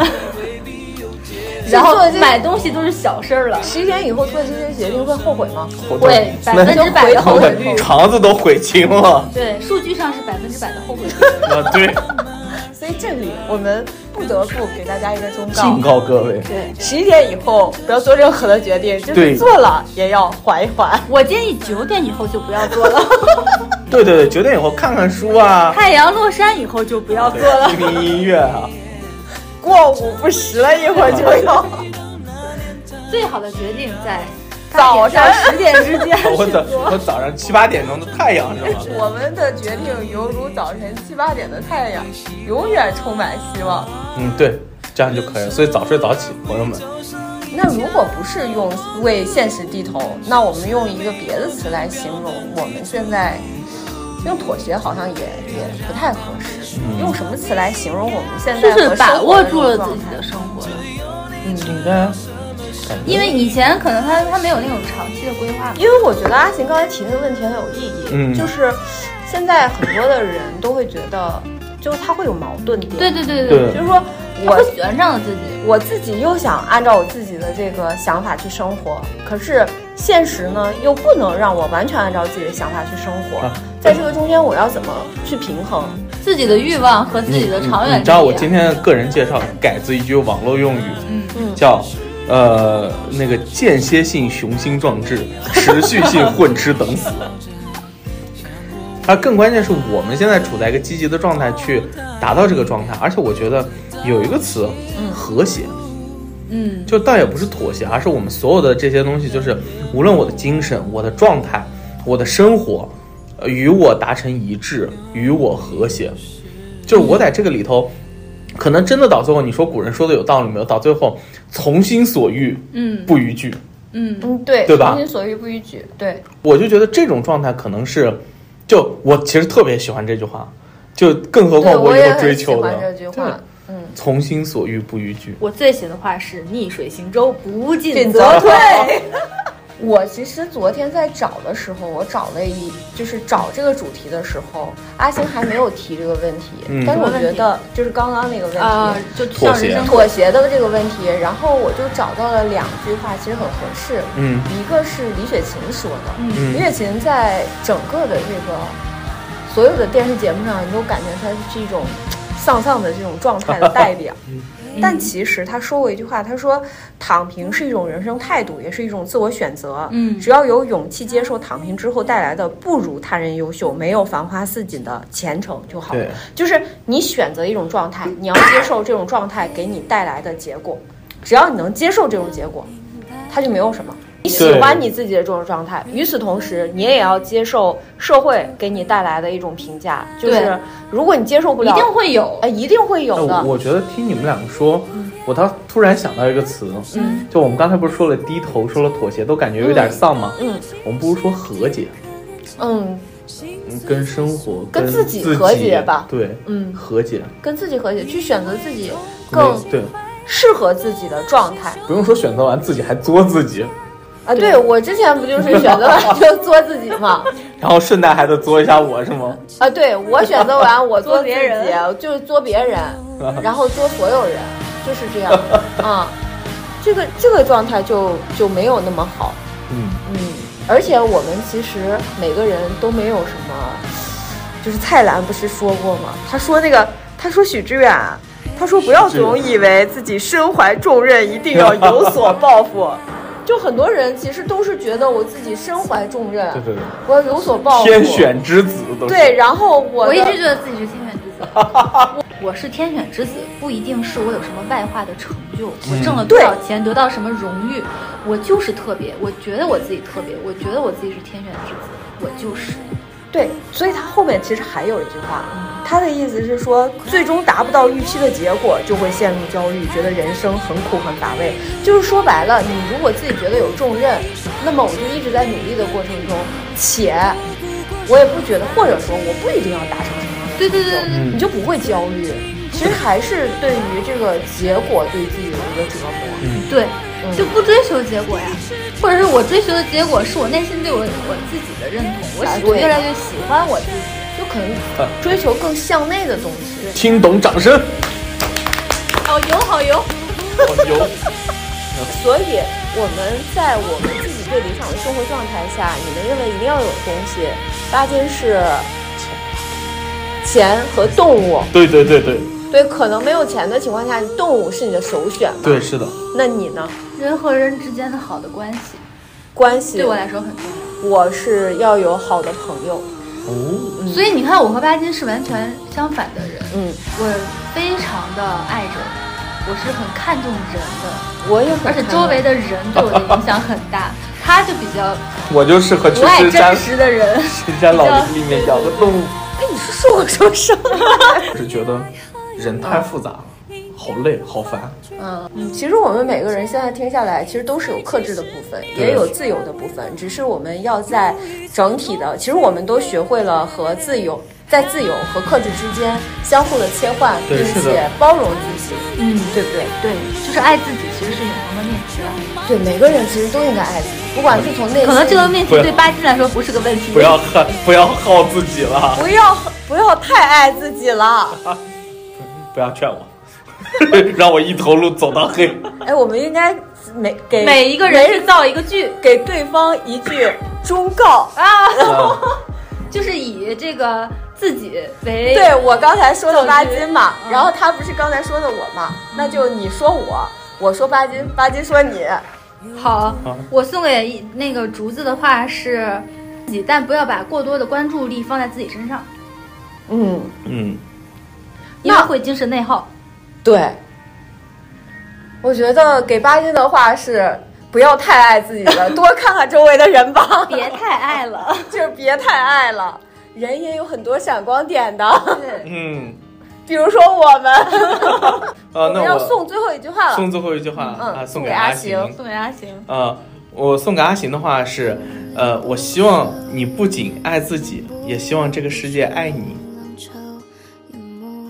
Speaker 3: 然后买东西都是小事儿了。
Speaker 2: 十一点以后做这些决定会后悔吗？
Speaker 3: 会百分之百的后悔率。
Speaker 1: 肠子都悔青了。
Speaker 3: 对，数据上是百分之百的后悔率。
Speaker 1: 啊，对，
Speaker 2: 所以这里我们不得不给大家一个忠告
Speaker 1: 警。告各位，
Speaker 2: 对，十一点以后不要做任何的决定，就
Speaker 1: 对
Speaker 2: 是做了也要缓一缓。
Speaker 3: 我建议九点以后就不要做了，
Speaker 1: 对对对，九点以后看看书啊，
Speaker 3: 太阳落山以后就不要做了。
Speaker 1: 听听音乐啊。
Speaker 2: 过午不食了，一会儿 就要。
Speaker 3: 最好的决定在
Speaker 2: 早上
Speaker 3: 十点之间
Speaker 1: 我
Speaker 3: 去
Speaker 1: 早
Speaker 3: 做。
Speaker 1: 我早上七八点钟的太阳是吗？
Speaker 2: 我们的决定犹如早晨七八点的太阳，永远充满希望。
Speaker 1: 嗯，对，这样就可以了。所以早睡早起，朋友们。
Speaker 2: 那如果不是用为现实低头，那我们用一个别的词来形容我们现在。用妥协好像也也不太合适，用什么词来形容我们现在
Speaker 3: 就是
Speaker 2: 和
Speaker 3: 把
Speaker 2: 生活
Speaker 3: 握
Speaker 2: 的
Speaker 3: 住了自
Speaker 2: 状
Speaker 3: 己
Speaker 2: 态
Speaker 3: 的生活了，
Speaker 1: 嗯应该，
Speaker 3: 因为以前可能他他没有那种长期的规划嘛。
Speaker 2: 因为我觉得阿行刚才提那个问题很有意义，
Speaker 1: 嗯
Speaker 2: 就是现在很多的人都会觉得，就是他会有矛盾点，
Speaker 3: 对，对对
Speaker 1: 对
Speaker 2: 就是说
Speaker 3: 他
Speaker 2: 我
Speaker 3: 不喜欢这样的自己。
Speaker 2: 我自己又想按照我自己的这个想法去生活，可是现实呢又不能让我完全按照自己的想法去生活
Speaker 1: 啊，
Speaker 2: 在这个中间我要怎么去平衡？
Speaker 3: 自己的欲望和自己的长远啊
Speaker 1: 你知道我今
Speaker 3: 天
Speaker 1: 天的个人介绍改自一句网络用语，
Speaker 3: 嗯
Speaker 1: 叫呃那个间歇性雄心壮志，持续性混吃等死。而更关键是我们现在处在一个积极的状态去达到这个状态，而且我觉得有一个词，和谐，
Speaker 3: 嗯，
Speaker 1: 就倒也不是妥协，而是我们所有的这些东西，就是无论我的精神、我的状态、我的生活，呃与我达成一致，与我和谐。就是我在这个里头，可能真的到最后，你说古人说的有道理没有？到最后，从心所欲
Speaker 3: 嗯
Speaker 1: 不逾矩。
Speaker 3: 嗯
Speaker 2: 嗯，对，
Speaker 1: 对吧
Speaker 2: 从心所欲不逾矩，对，
Speaker 1: 我就觉得这种状态可能是，就我其实特别喜欢这句话，就更何
Speaker 2: 对
Speaker 1: 况以
Speaker 2: 也
Speaker 1: 后追
Speaker 2: 很喜
Speaker 1: 求
Speaker 2: 欢这
Speaker 1: 的
Speaker 2: 句话，嗯，
Speaker 1: 从心所欲不逾矩。
Speaker 3: 我最喜欢的话是“逆水行舟，不进
Speaker 2: 进
Speaker 3: 则
Speaker 2: 则
Speaker 3: 退
Speaker 2: 退”。 我其实昨天在找的时候，我找了一就是找这个主题的时候，阿星还没有提这个问题，
Speaker 1: 嗯
Speaker 2: 但是我觉得就是刚刚那个问题，
Speaker 3: 啊，就像人生
Speaker 2: 妥协的这个问题，然后我就找到了两句话，其实很合适。
Speaker 1: 嗯
Speaker 2: 一个是李雪琴说的，
Speaker 1: 嗯
Speaker 2: 李雪琴在整个的这个所有的电视节目上，你都感觉她是一种丧丧的这种状态的代表。但其实她说过一句话，她说：“躺平是一种人生态度，也是一种自我选择。
Speaker 3: 嗯
Speaker 2: 只要有勇气接受躺平之后带来的不如他人优秀，没有繁花似锦的前程就好了
Speaker 1: 对。
Speaker 2: 就是你选择一种状态，你要接受这种状态给你带来的结果。只要你能接受这种结果，它就没有什么。你喜欢你自己的这种状态，与此同时，你也要接受社会给你带来的一种评价。就
Speaker 3: 对
Speaker 2: 是如果你接受不
Speaker 3: 一
Speaker 2: 了，
Speaker 3: 定会有
Speaker 2: 哎，一定会有
Speaker 1: 那
Speaker 2: 的。
Speaker 1: 我觉得听你们两个说，我倒突然想到一个词，
Speaker 3: 嗯，
Speaker 1: 就我们刚才不是说了低头，说了妥协，都感觉有点丧吗？
Speaker 2: 嗯
Speaker 1: 我们不如说和解，
Speaker 2: 嗯，
Speaker 1: 嗯跟生活、
Speaker 2: 跟
Speaker 1: 自
Speaker 2: 自己和解吧
Speaker 1: 对，
Speaker 2: 嗯
Speaker 1: 和解，
Speaker 2: 跟自己和解，去选择自己更
Speaker 1: 没对，
Speaker 2: 适合自己的状态。
Speaker 1: 不用说选择完自己还作自己，
Speaker 2: 啊，对我之前不就是选择完 就作自己吗？
Speaker 1: 然后顺带还得作一下我是吗？
Speaker 2: 啊，对我选择完我作自己
Speaker 3: 作别人，
Speaker 2: 就是作 别人，然后作所有人，就是这样 啊。这个这个状态就就没有那么好，
Speaker 1: 嗯，
Speaker 2: 嗯，而且我们其实每个人都没有什么，就是蔡澜不是说过吗？他说那个，他说许知远，啊他说不要
Speaker 1: 许知远
Speaker 2: 总以为自己身怀重任，一定要有 所抱负。就很多人其实都是觉得我自己身怀重任，
Speaker 1: 对对对，
Speaker 2: 我要有所抱负，
Speaker 1: 天选之子都是
Speaker 2: 对，，然后我
Speaker 3: 我
Speaker 2: 的
Speaker 3: 一直觉得自己是天选之子。我我是天选之子，不一定是我有什么外化的成就，我挣了多少钱，得到什么荣誉，我就是特别，我觉得我自己特别，我觉得我自己是天选之子，我就是。
Speaker 2: 对，所以他后面其实还有一句话，他的意思是说，最终达不到预期的结果，就会陷入焦虑，觉得人生很苦很乏味。就是说白了，你如果自己觉得有重任，那么我就一直在努力的过程中，且我也不觉得，或者说我不一定要达成什么样的
Speaker 3: 对对对对对
Speaker 2: 你就不会焦虑。其实还是对于这个结果对自己的一个折磨。
Speaker 3: 对
Speaker 2: 嗯，
Speaker 3: 就不追求结果呀，或者是我追求的结果是我内心对我我自己的认同，我喜我
Speaker 2: 对
Speaker 3: 越来越喜欢我自己。
Speaker 2: 就可能追求更向内的东西。
Speaker 1: 听懂掌声。
Speaker 3: 好油好油，
Speaker 1: 哦有
Speaker 2: 所以我们在我们自己最理想的生活状态下，你们认为一定要有东西，八戒是钱和动物。
Speaker 1: 对对对对
Speaker 2: 对，可能没有钱的情况下，动物是你的首选吧。
Speaker 1: 对，，是的，
Speaker 2: 那你呢？
Speaker 3: 人和人之间的好的关系
Speaker 2: 关系
Speaker 3: 对我来说很重要。
Speaker 2: 我是要有好的朋友。
Speaker 1: 哦，
Speaker 2: 嗯
Speaker 3: 所以你看，我和巴金是完全相反的人，
Speaker 2: 嗯，
Speaker 3: 我非常的爱人，我是很看重人的，
Speaker 2: 我也很
Speaker 3: 而且周围的人对我的影响很大。他就比 较
Speaker 1: 我就适合去
Speaker 3: 不爱
Speaker 1: 深山
Speaker 3: 真实的人，
Speaker 1: 深山老林里面养个动物。
Speaker 2: 哎，你是受过什么伤？
Speaker 1: 我只觉得人太复杂了，好累，好烦。
Speaker 2: 嗯，其实我们每个人现在听下来，其实都是有克制的部分，
Speaker 1: 对
Speaker 2: 也有自由的部分，只是我们要在整体的，其实我们都学会了和自由。在自由和克制之间相互的切换，并
Speaker 1: 对是的
Speaker 2: 且包容自己，
Speaker 3: 嗯，
Speaker 2: 对不对？
Speaker 3: 对，就是爱自己其实是隐藏的命啊题了。
Speaker 2: 对，每个人其实都应该爱自己，不管是从内心，
Speaker 3: 可能这个命题对巴金来说不是个问题。
Speaker 1: 不要害，不要耗自己了，
Speaker 2: 不要不要太爱自己了。
Speaker 1: 不要劝我， 让我一头路走到黑。
Speaker 2: 哎，我们应该每给
Speaker 3: 每一个人制造一个剧
Speaker 2: 给对方一句忠告。
Speaker 3: 啊，
Speaker 1: 嗯
Speaker 3: 就是以这个自己为
Speaker 2: 对我刚才说的巴金嘛，
Speaker 3: 嗯
Speaker 2: 然后他不是刚才说的我嘛，那就你说我，我说巴金，巴金说你。
Speaker 3: 好
Speaker 1: 好。
Speaker 3: 我送给一那个竹子的话是自己，但不要把过多的关注力放在自己身上，
Speaker 2: 嗯，
Speaker 1: 嗯，
Speaker 3: 因为
Speaker 2: 那
Speaker 3: 会精神内耗。
Speaker 2: 对。我觉得给巴金的话是不要太爱自己 了，多看看周围的人吧，
Speaker 3: 别太爱了，
Speaker 2: 就是别太爱了。人也有很多闪光点的，
Speaker 3: 对，
Speaker 1: 嗯，
Speaker 2: 比如说我们。
Speaker 1: 啊，
Speaker 2: 我
Speaker 1: 那
Speaker 2: 们要
Speaker 1: 我
Speaker 2: 送最后一句话了。
Speaker 1: 送最后一句话
Speaker 2: 嗯
Speaker 1: 啊，
Speaker 2: 送
Speaker 1: 送
Speaker 2: 给
Speaker 1: 给
Speaker 2: 阿
Speaker 1: 阿
Speaker 2: 行
Speaker 1: 行。
Speaker 3: 送给阿行。
Speaker 1: 呃，我送给阿行的话是，呃，我希望你不仅爱自己，也希望这个世界爱你。
Speaker 6: 浪潮淹没，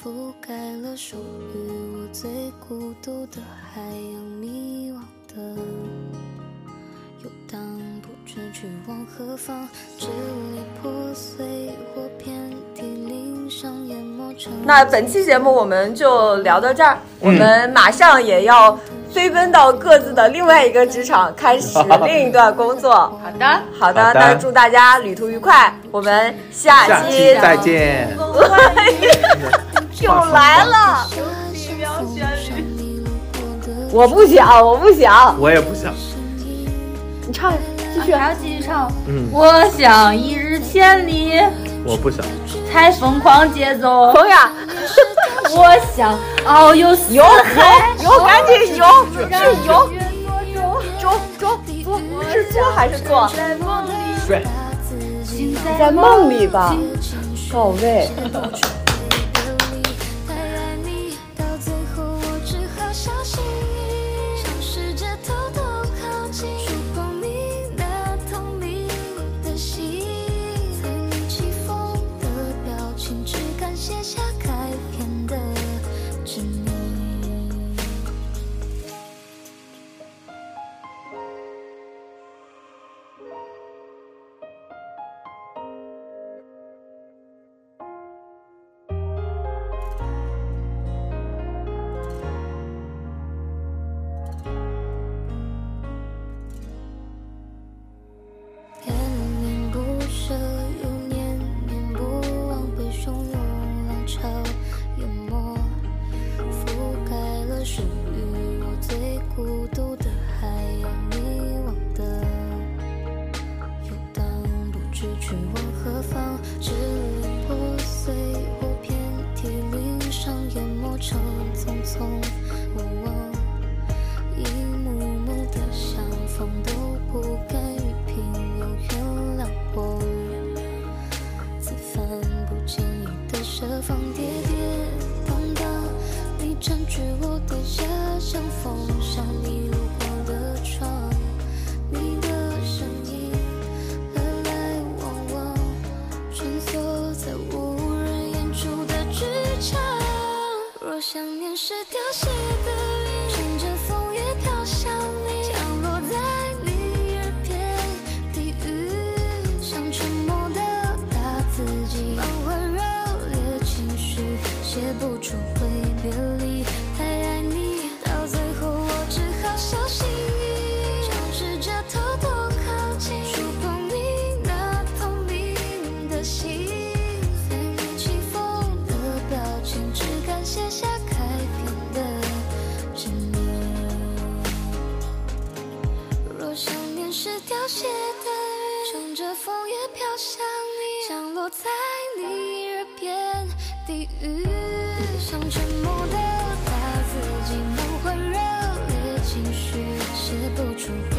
Speaker 6: 覆盖了属于我最孤独的海洋，迷惘的游荡，不知去往何方，支离破碎或遍体鳞伤，淹没成
Speaker 2: 那本期节目我们就聊到这儿，
Speaker 1: 嗯
Speaker 2: 我们马上也要飞奔到各自的另外一个职场，开 始另一段工作。
Speaker 3: 好的，
Speaker 2: 好的，
Speaker 1: 好的
Speaker 2: 那祝大家旅途愉快，我们下
Speaker 1: 下期
Speaker 2: 期
Speaker 1: 再见。
Speaker 2: 又来了，
Speaker 6: 是标旋律。
Speaker 2: 我不想，我不想，
Speaker 1: 我也不想，
Speaker 2: 你唱继续。
Speaker 3: 啊还要继续唱。
Speaker 1: 嗯，
Speaker 3: 我想一日千里，
Speaker 1: 我不想。
Speaker 3: 才疯狂节奏。
Speaker 2: 朋友，
Speaker 3: 我想遨游四海，
Speaker 2: 游赶紧游，是游，
Speaker 3: 越多舟
Speaker 2: 捉捉捉，是捉还是做？
Speaker 3: 在梦里，
Speaker 1: 对，
Speaker 3: 行
Speaker 2: 在梦里吧，告慰。
Speaker 6: 太爱你，到最后我只好小心翼翼，尝试着偷偷靠近，触碰你那透明的心。在你起风的表情，只敢写下开篇的执迷。设防跌跌荡荡，你占据我的家乡，缝上你路过的窗，你的身影来来往往，穿梭在无人演出的剧场。若想念是凋谢的云，乘着风也飘向你，降落在你耳边。低语像沉默的打字机，慢慢热烈情绪，写不出挥别离。太爱你，到最后我只好小心翼翼，尝试着偷偷靠近，触碰你那透明的心。随你起风的表情，只敢写下开篇的执迷。若想念是凋谢的云，乘着风也飘向你，降落在你耳边低语，像沉默的打字机，梦幻热烈情绪，写不出。